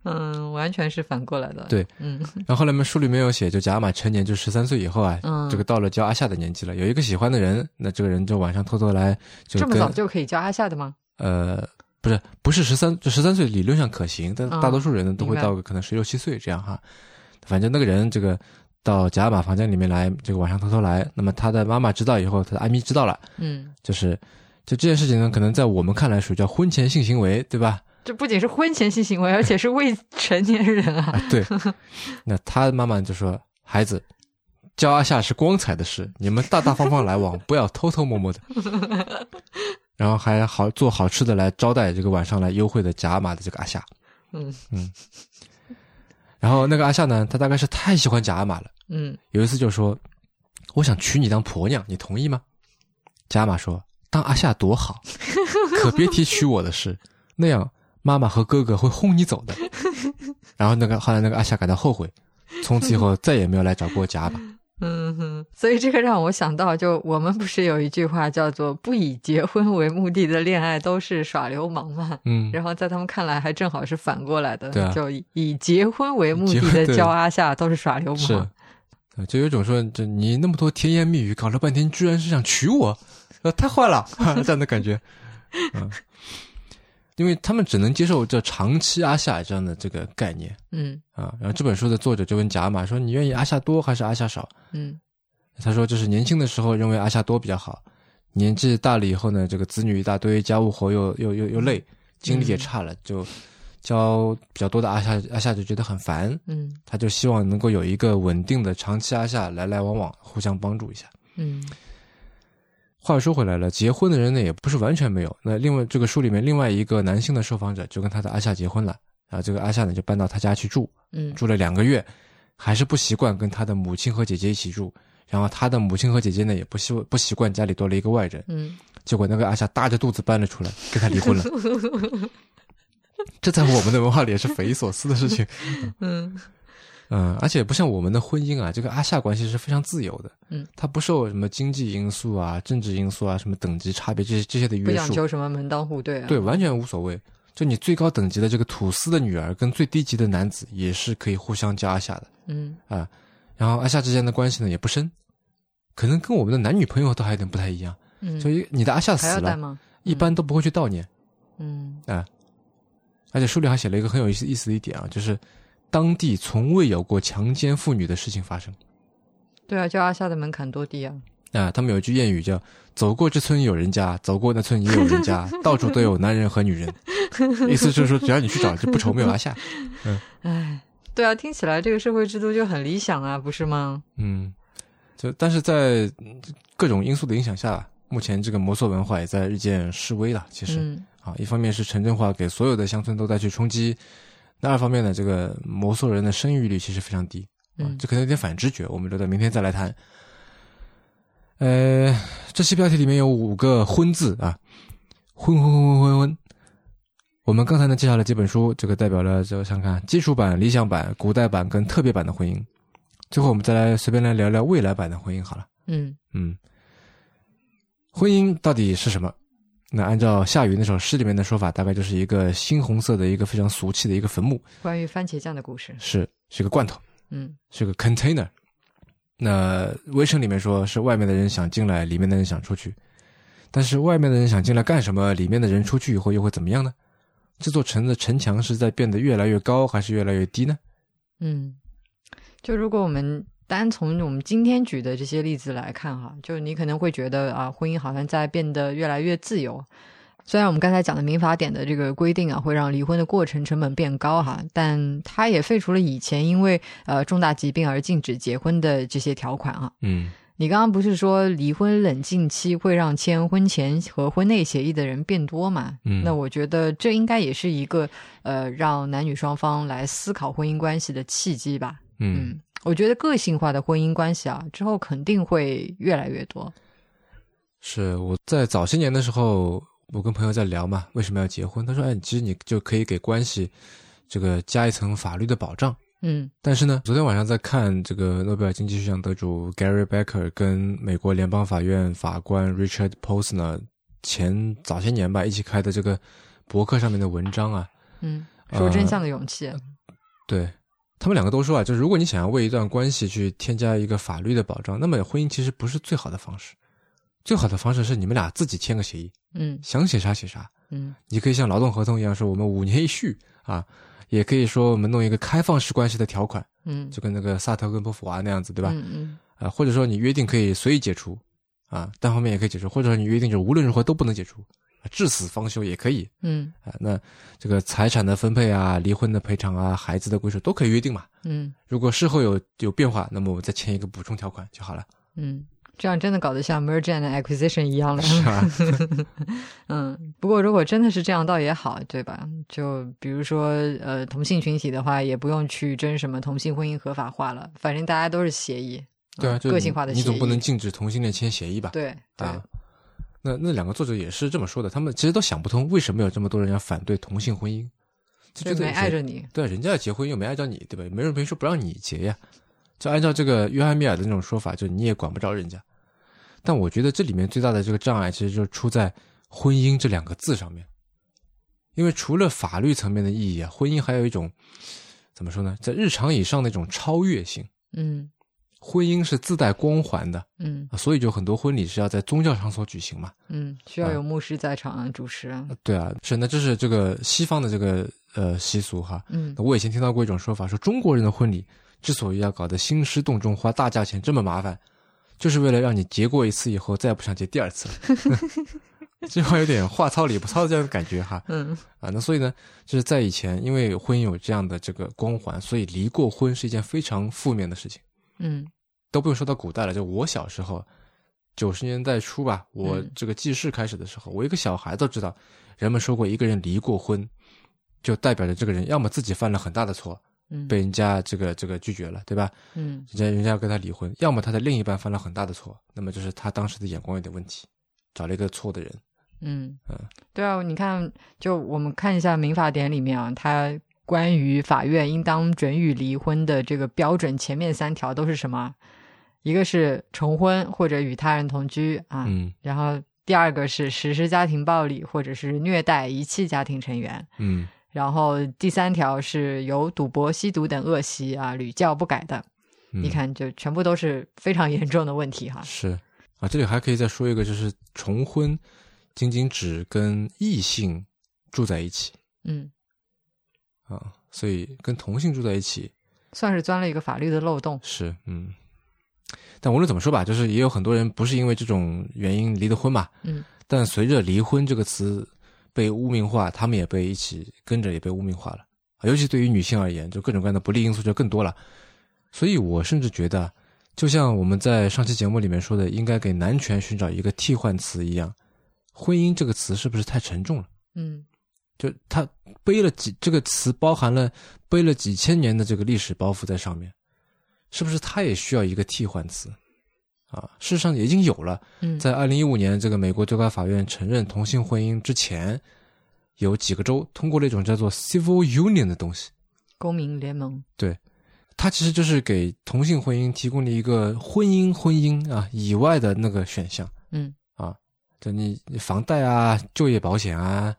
Speaker 1: 嗯，完全是反过来的。
Speaker 2: 对，
Speaker 1: 嗯
Speaker 2: 然后后来嘛，书里面有写，就贾玛成年，就十三岁以后啊，
Speaker 1: 嗯，
Speaker 2: 这个到了叫阿夏的年纪了，有一个喜欢的人，那这个人就晚上偷偷来，就
Speaker 1: 这么
Speaker 2: 跟
Speaker 1: 早就可以叫阿夏的吗？
Speaker 2: 呃，不是不是十三，就十三岁理论上可行，但
Speaker 1: 嗯
Speaker 2: 大多数人呢都会
Speaker 1: 明白
Speaker 2: 到个可能十六七岁这样哈。反正那个人这个到贾玛房间里面来，这个晚上偷偷来，那么他的妈妈知道以后，他的阿咪知道了，
Speaker 1: 嗯，
Speaker 2: 就是就这件事情呢，可能在我们看来属于叫婚前性行为，对吧？
Speaker 1: 这不仅是婚前性行为，而且是未成年人啊。
Speaker 2: 啊，对。那他妈妈就说：“孩子，教阿夏是光彩的事，你们大大方方来往，不要偷偷摸摸的。”然后还好做好吃的来招待这个晚上来幽会的贾玛的这个阿夏。
Speaker 1: 嗯
Speaker 2: 然后那个阿夏呢，他大概是太喜欢贾阿玛了，
Speaker 1: 嗯
Speaker 2: 有一次就说：“我想娶你当婆娘，你同意吗？”贾阿玛说：“当阿夏多好，可别提娶我的事，那样妈妈和哥哥会轰你走的。然后那个后来那个阿夏感到后悔，从此以后再也没有来找过我假吧。
Speaker 1: 嗯哼，所以这个让我想到，就我们不是有一句话叫做“不以结婚为目的的恋爱都是耍流氓”嘛？
Speaker 2: 嗯，
Speaker 1: 然后在他们看来，还正好是反过来的，
Speaker 2: 对啊
Speaker 1: 就以结婚为目
Speaker 2: <laughs>
Speaker 1: 的的教阿夏都是耍流
Speaker 2: 是
Speaker 1: 氓。，
Speaker 2: 呃就有一种说，这你那么多甜言蜜语，搞了半天居然是想娶我，呃，太坏了， <laughs> 这样的感觉，嗯，因为他们只能接受这长期阿夏这样的这个概念
Speaker 1: 嗯
Speaker 2: 啊。然后这本书的作者就问贾马说：“你愿意阿夏多还是阿夏少
Speaker 1: 嗯？”
Speaker 2: 他说：“就是年轻的时候认为阿夏多比较好，年纪大了以后呢，这个子女一大堆，家务活又又又又累，精力也
Speaker 1: 嗯
Speaker 2: 差了，就教比较多的阿夏，阿夏就觉得很烦。
Speaker 1: 嗯
Speaker 2: 他就希望能够有一个稳定的长期压下来来往往，互相帮助一下。
Speaker 1: 嗯
Speaker 2: 话说回来了，结婚的人呢也不是完全没有。那另外这个书里面另外一个男性的受访者就跟他的阿夏结婚了，然后这个阿夏呢就搬到他家去住，
Speaker 1: 嗯
Speaker 2: 住了两个月，还是不习惯跟他的母亲和姐姐一起住。然后他的母亲和姐姐呢也不习不习惯家里多了一个外人，
Speaker 1: 嗯，
Speaker 2: 结果那个阿夏大着肚子搬了出来，跟他
Speaker 1: <laughs>
Speaker 2: 离婚了。这在我们的文化里也是匪夷所思的事情。
Speaker 1: 嗯
Speaker 2: 嗯，而且不像我们的婚姻啊，这个阿夏关系是非常自由的，
Speaker 1: 嗯，
Speaker 2: 它不受什么经济因素啊、政治因素啊、什么等级差别这些这些的
Speaker 1: 不
Speaker 2: 约
Speaker 1: 讲
Speaker 2: 束，
Speaker 1: 究什么门当户对啊。
Speaker 2: 对，完全无所谓。就你最高等级的这个土司的女儿跟最低级的男子也是可以互相叫阿夏的
Speaker 1: 嗯
Speaker 2: 啊。然后阿夏之间的关系呢也不深，可能跟我们的男女朋友倒还有点不太一样。
Speaker 1: 嗯，
Speaker 2: 所以你的阿夏
Speaker 1: 还
Speaker 2: 死
Speaker 1: 要带
Speaker 2: 了，
Speaker 1: 吗？
Speaker 2: 一般都不会去悼念。
Speaker 1: 嗯
Speaker 2: 而且书里还写了一个很有意思意思的一点啊，就是当地从未有过强奸妇女的事情发生。
Speaker 1: 对啊，教阿夏的门槛多低啊。
Speaker 2: 啊，他们有一句谚语叫“走过这村有人家，走过那村也有
Speaker 1: <laughs>
Speaker 2: 人家，到处都有男人和女人”，意思就是说，只要你去找，就不愁没有
Speaker 1: <laughs>
Speaker 2: 阿夏。
Speaker 1: 唉，对啊，听起来这个社会制度就很理想啊，不是吗？
Speaker 2: 嗯，就但是在嗯各种因素的影响下，目前这个摩梭文化也在日渐式微了。其实、
Speaker 1: 嗯
Speaker 2: 啊，一方面是城镇化给所有的乡村都带去冲击，那二方面呢，这个摩梭人的生育率其实非常低。啊，
Speaker 1: 嗯
Speaker 2: 这可能有点反直觉，我们留到明天再来谈。呃，这期标题里面有五个“婚”字啊，婚婚婚婚婚婚。我们刚才呢介绍了几本书，这个代表了就想看基础版、理想版、古代版跟特别版的婚姻。最后我们再来随便来聊聊未来版的婚姻好了。
Speaker 1: 嗯
Speaker 2: 嗯，婚姻到底是什么？那按照夏雨那首诗里面的说法，大概就是一个猩红色的一个非常俗气的一个坟墓，
Speaker 1: 关于番茄酱的故事。
Speaker 2: 是是一个罐头。
Speaker 1: 嗯
Speaker 2: 是个 container。那微生里面说是外面的人想进来，里面的人想出去，但是外面的人想进来干什么？里面的人出去以后又会怎么样呢？这座城的城墙是在变得越来越高，还是越来越低呢？
Speaker 1: 嗯，就如果我们单从我们今天举的这些例子来看哈，就你可能会觉得啊，婚姻好像在变得越来越自由。虽然我们刚才讲的民法典的这个规定啊，会让离婚的过程成本变高哈，但它也废除了以前因为呃重大疾病而禁止结婚的这些条款啊。
Speaker 2: 嗯
Speaker 1: 你刚刚不是说离婚冷静期会让签婚前和婚内协议的人变多嘛？
Speaker 2: 嗯
Speaker 1: 那我觉得这应该也是一个呃，让男女双方来思考婚姻关系的契机吧。
Speaker 2: 嗯，，
Speaker 1: 我觉得个性化的婚姻关系啊，之后肯定会越来越多。
Speaker 2: 是我在早些年的时候，我跟朋友在聊嘛，为什么要结婚？他说：“哎，其实你就可以给关系这个加一层法律的保障。”
Speaker 1: 嗯
Speaker 2: 但是呢，昨天晚上在看这个诺贝尔经济学奖得主 Gary Becker 跟美国联邦法院法官 Richard Posner 前早些年吧一起开的这个博客上面的文章啊，
Speaker 1: 嗯，说
Speaker 2: 呃
Speaker 1: 真相的勇气。
Speaker 2: 对他们两个都说啊，就是如果你想要为一段关系去添加一个法律的保障，那么婚姻其实不是最好的方式。最好的方式是你们俩自己签个协议，
Speaker 1: 嗯
Speaker 2: 想写啥写啥。
Speaker 1: 嗯
Speaker 2: 你可以像劳动合同一样说我们五年一续啊， <laughs> 也可以说我们弄一个开放式关系的条款，
Speaker 1: 嗯，
Speaker 2: 就跟那个萨特跟波伏娃那样子，对吧？
Speaker 1: 嗯嗯
Speaker 2: 啊，或者说你约定可以随意解除，啊，单方面也可以解除，或者说你约定就无论如何都不能解除，啊至死方休也可以
Speaker 1: 嗯
Speaker 2: 啊。那这个财产的分配啊、离婚的赔偿啊、孩子的归属都可以约定嘛。
Speaker 1: 嗯
Speaker 2: 如果事后有有变化，那么我们再签一个补充条款就好了，
Speaker 1: 嗯，这样真的搞得像 merge and acquisition 一
Speaker 2: <laughs>
Speaker 1: 样了。<laughs>
Speaker 2: 是吧？
Speaker 1: 嗯，不过如果真的是这样，倒也好，对吧？就比如说，呃，同性群体的话，也不用去争什么同性婚姻合法化了，反正大家都是协议，
Speaker 2: 对啊，
Speaker 1: 嗯
Speaker 2: 就
Speaker 1: 个
Speaker 2: 你
Speaker 1: 性化的
Speaker 2: 你
Speaker 1: 协
Speaker 2: 总
Speaker 1: 议，
Speaker 2: 不能禁止同性恋签协议吧？
Speaker 1: 对对、
Speaker 2: 啊。那那两个作者也是这么说的，他们其实都想不通为什么有这么多人要反对同性婚姻，就
Speaker 1: 就
Speaker 2: 觉得
Speaker 1: 没
Speaker 2: 有些
Speaker 1: 碍着你。
Speaker 2: 对，人家要结婚又没按照你，对吧？没人没说不让你结呀。就按照这个约翰密尔的那种说法，就你也管不着人家。但我觉得这里面最大的这个障碍，其实就出在“婚姻”这两个字上面，因为除了法律层面的意义啊，婚姻还有一种怎么说呢，在日常以上的一种超越性。
Speaker 1: 嗯
Speaker 2: 婚姻是自带光环的，
Speaker 1: 嗯
Speaker 2: 啊所以就很多婚礼是要在宗教场所举行嘛。
Speaker 1: 嗯，需要有牧师在场主持啊。
Speaker 2: 对啊，是那这是这个西方的这个呃习俗哈。
Speaker 1: 嗯
Speaker 2: 那我以前听到过一种说法，说中国人的婚礼之所以要搞得兴师动众、花大价钱这么麻烦，就是为了让你结过一次以后再也不想结第二次了。 <laughs> 这话有点话糙理不糙的这样的感觉哈
Speaker 1: 嗯
Speaker 2: 啊，那所以呢，就是在以前，因为婚姻有这样的这个光环，所以离过婚是一件非常负面的事情。
Speaker 1: 嗯
Speaker 2: 都不用说到古代了，就我小时候，九十年代初吧，我
Speaker 1: 嗯
Speaker 2: 这个记事开始的时候，我一个小孩都知道，人们说过一个人离过婚，就代表着这个人要么自己犯了很大的错，
Speaker 1: 嗯，
Speaker 2: 被人家这个这个拒绝了，对吧？
Speaker 1: 嗯
Speaker 2: 人家人家要跟他离婚，要么他的另一半犯了很大的错，那么就是他当时的眼光有点问题，找了一个错的人。
Speaker 1: 嗯
Speaker 2: 嗯，
Speaker 1: 对啊，你看，就我们看一下民法典里面啊，它关于法院应当准予离婚的这个标准，前面三条都是什么？一个是重婚或者与他人同居啊，
Speaker 2: 嗯
Speaker 1: 然后第二个是实施家庭暴力或者是虐待、遗弃家庭成员，
Speaker 2: 嗯
Speaker 1: 然后第三条是有赌博、吸毒等恶习啊，屡教不改的。
Speaker 2: 嗯，
Speaker 1: 你看，就全部都是非常严重的问题哈。
Speaker 2: 是啊，这里还可以再说一个，就是重婚仅仅只跟异性住在一起。
Speaker 1: 嗯，
Speaker 2: 啊，所以跟同性住在一起
Speaker 1: 算是钻了一个法律的漏洞。
Speaker 2: 是嗯。但无论怎么说吧，就是也有很多人不是因为这种原因离的婚嘛。
Speaker 1: 嗯。
Speaker 2: 但随着“离婚”这个词被污名化，他们也被一起跟着也被污名化了。啊尤其对于女性而言，就各种各样的不利因素就更多了。所以我甚至觉得，就像我们在上期节目里面说的，应该给男权寻找一个替换词一样，婚姻这个词是不是太沉重了？
Speaker 1: 嗯
Speaker 2: 就它背了几这个词包含了背了几千年的这个历史包袱在上面，是不是它也需要一个替换词？啊，事实上也已经有了，
Speaker 1: 嗯，
Speaker 2: 在二零一五年这个美国最高法院承认同性婚姻之前，有几个州通过了一种叫做 Civil Union 的东西，
Speaker 1: 公民联盟。
Speaker 2: 它其实就是给同性婚姻提供了一个婚姻婚姻啊以外的那个选项。啊
Speaker 1: 嗯
Speaker 2: 就你你房贷啊、就业保险啊、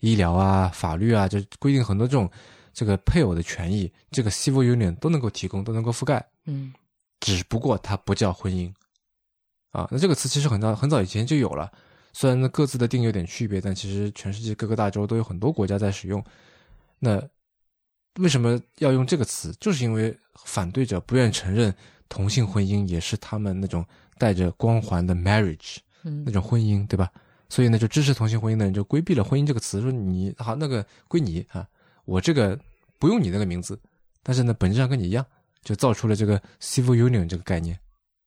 Speaker 2: 医疗啊、法律啊，就规定很多这种这个配偶的权益，这个 civil union 都能够提供，都能够覆盖，
Speaker 1: 嗯
Speaker 2: 只不过它不叫婚姻啊。那这个词其实很早很早以前就有了，虽然呢各自的定义有点区别，但其实全世界各个大洲都有很多国家在使用。那为什么要用这个词？就是因为反对者不愿承认同性婚姻也是他们那种带着光环的 marriage。
Speaker 1: 嗯
Speaker 2: 那种婚姻，对吧？所以呢，就支持同性婚姻的人就规避了婚姻这个词，说你好那个归你啊，我这个不用你那个名字，但是呢，本质上跟你一样，就造出了这个 civil union 这个概念。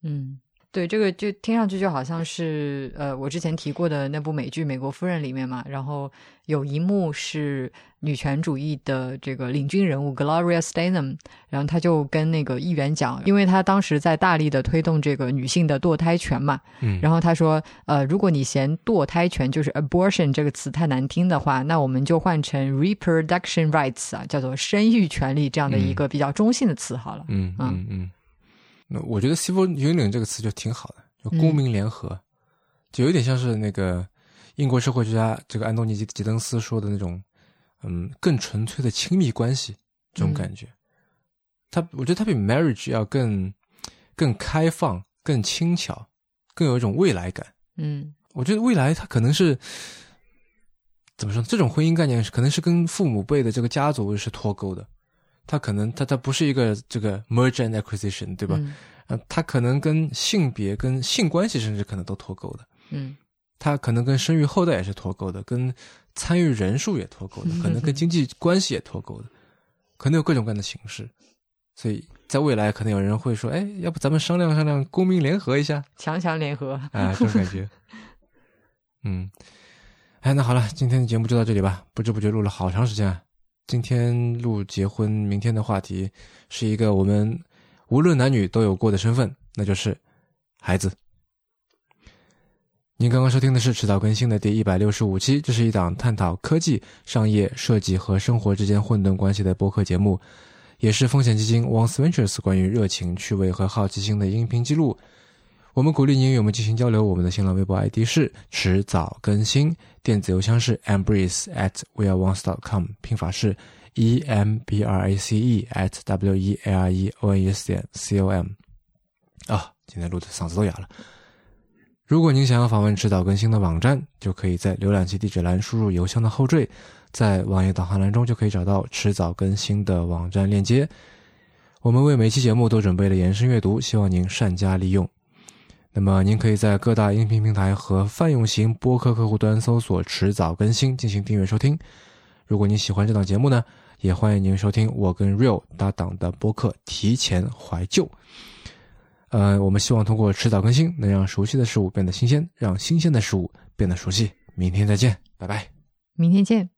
Speaker 1: 嗯，对，这个就听上去就好像是呃，我之前提过的那部美剧《美国夫人》里面嘛，然后有一幕是女权主义的这个领军人物 Gloria Steinem，然后她就跟那个议员讲，因为她当时在大力的推动这个女性的堕胎权嘛，
Speaker 2: 嗯
Speaker 1: 然后她说，呃，如果你嫌堕胎权就是 abortion 这个词太难听的话，那我们就换成 reproduction rights 啊，叫做生育权利这样的一
Speaker 2: 嗯
Speaker 1: 个比较中性的词好了。
Speaker 2: 嗯
Speaker 1: 啊
Speaker 2: 嗯嗯。那我觉得 civil union 这个词就挺好的，就
Speaker 1: 嗯
Speaker 2: 公民联合，就有点像是那个英国社会学家这个安东尼吉吉登斯说的那种，嗯，更纯粹的亲密关系这种
Speaker 1: 嗯
Speaker 2: 感觉。它，我觉得它比 marriage 要更更开放、更轻巧、更有一种未来感。
Speaker 1: 嗯
Speaker 2: 我觉得未来它可能是怎么说呢？这种婚姻概念是可能是跟父母辈的这个家族是脱钩的，它可能它它不是一个这个 merge and acquisition，对吧？
Speaker 1: 嗯
Speaker 2: 呃，它可能跟性别、跟性关系甚至可能都脱钩的，
Speaker 1: 嗯
Speaker 2: 它可能跟生育后代也是脱钩的，跟参与人数也脱钩的，可能跟经济关系也脱钩的，可能有各种各样的形式。所以在未来，可能有人会说：“哎，要不咱们商量商量，公民联合一下？”
Speaker 1: 强强联合。
Speaker 2: 啊，这种感觉。嗯，哎，那好了，今天的节目就到这里吧。不知不觉录了好长时间啊。今天录结婚，明天的话题是一个我们无论男女都有过的身份，那就是孩子。您刚刚收听的是迟早更新的第一百六十五期，这是一档探讨科技、商业、设计和生活之间混沌关系的播客节目，也是风险基金 Once Ventures 关于热情、趣味和好奇心的音频记录。我们鼓励您与我们进行交流，我们的新浪微博 ID 是迟早更新，电子邮箱是 embrace at weareones.com，拼法是 e m b r a c e at w e a r e o n e s 点 c o m。啊，今天录的嗓子都哑了。如果您想要访问迟早更新的网站，就可以在浏览器地址栏输入邮箱的后缀，在网页导航栏中就可以找到迟早更新的网站链接。我们为每期节目都准备了延伸阅读，希望您善加利用。那么，您可以在各大音频平台和泛用型播客客户端搜索“迟早更新”进行订阅收听。如果您喜欢这档节目呢，也欢迎您收听我跟 Real 搭档的播客《提前怀旧》。呃，我们希望通过迟早更新，能让熟悉的事物变得新鲜，让新鲜的事物变得熟悉。明天再见，拜拜。
Speaker 1: <laughs> 明天见。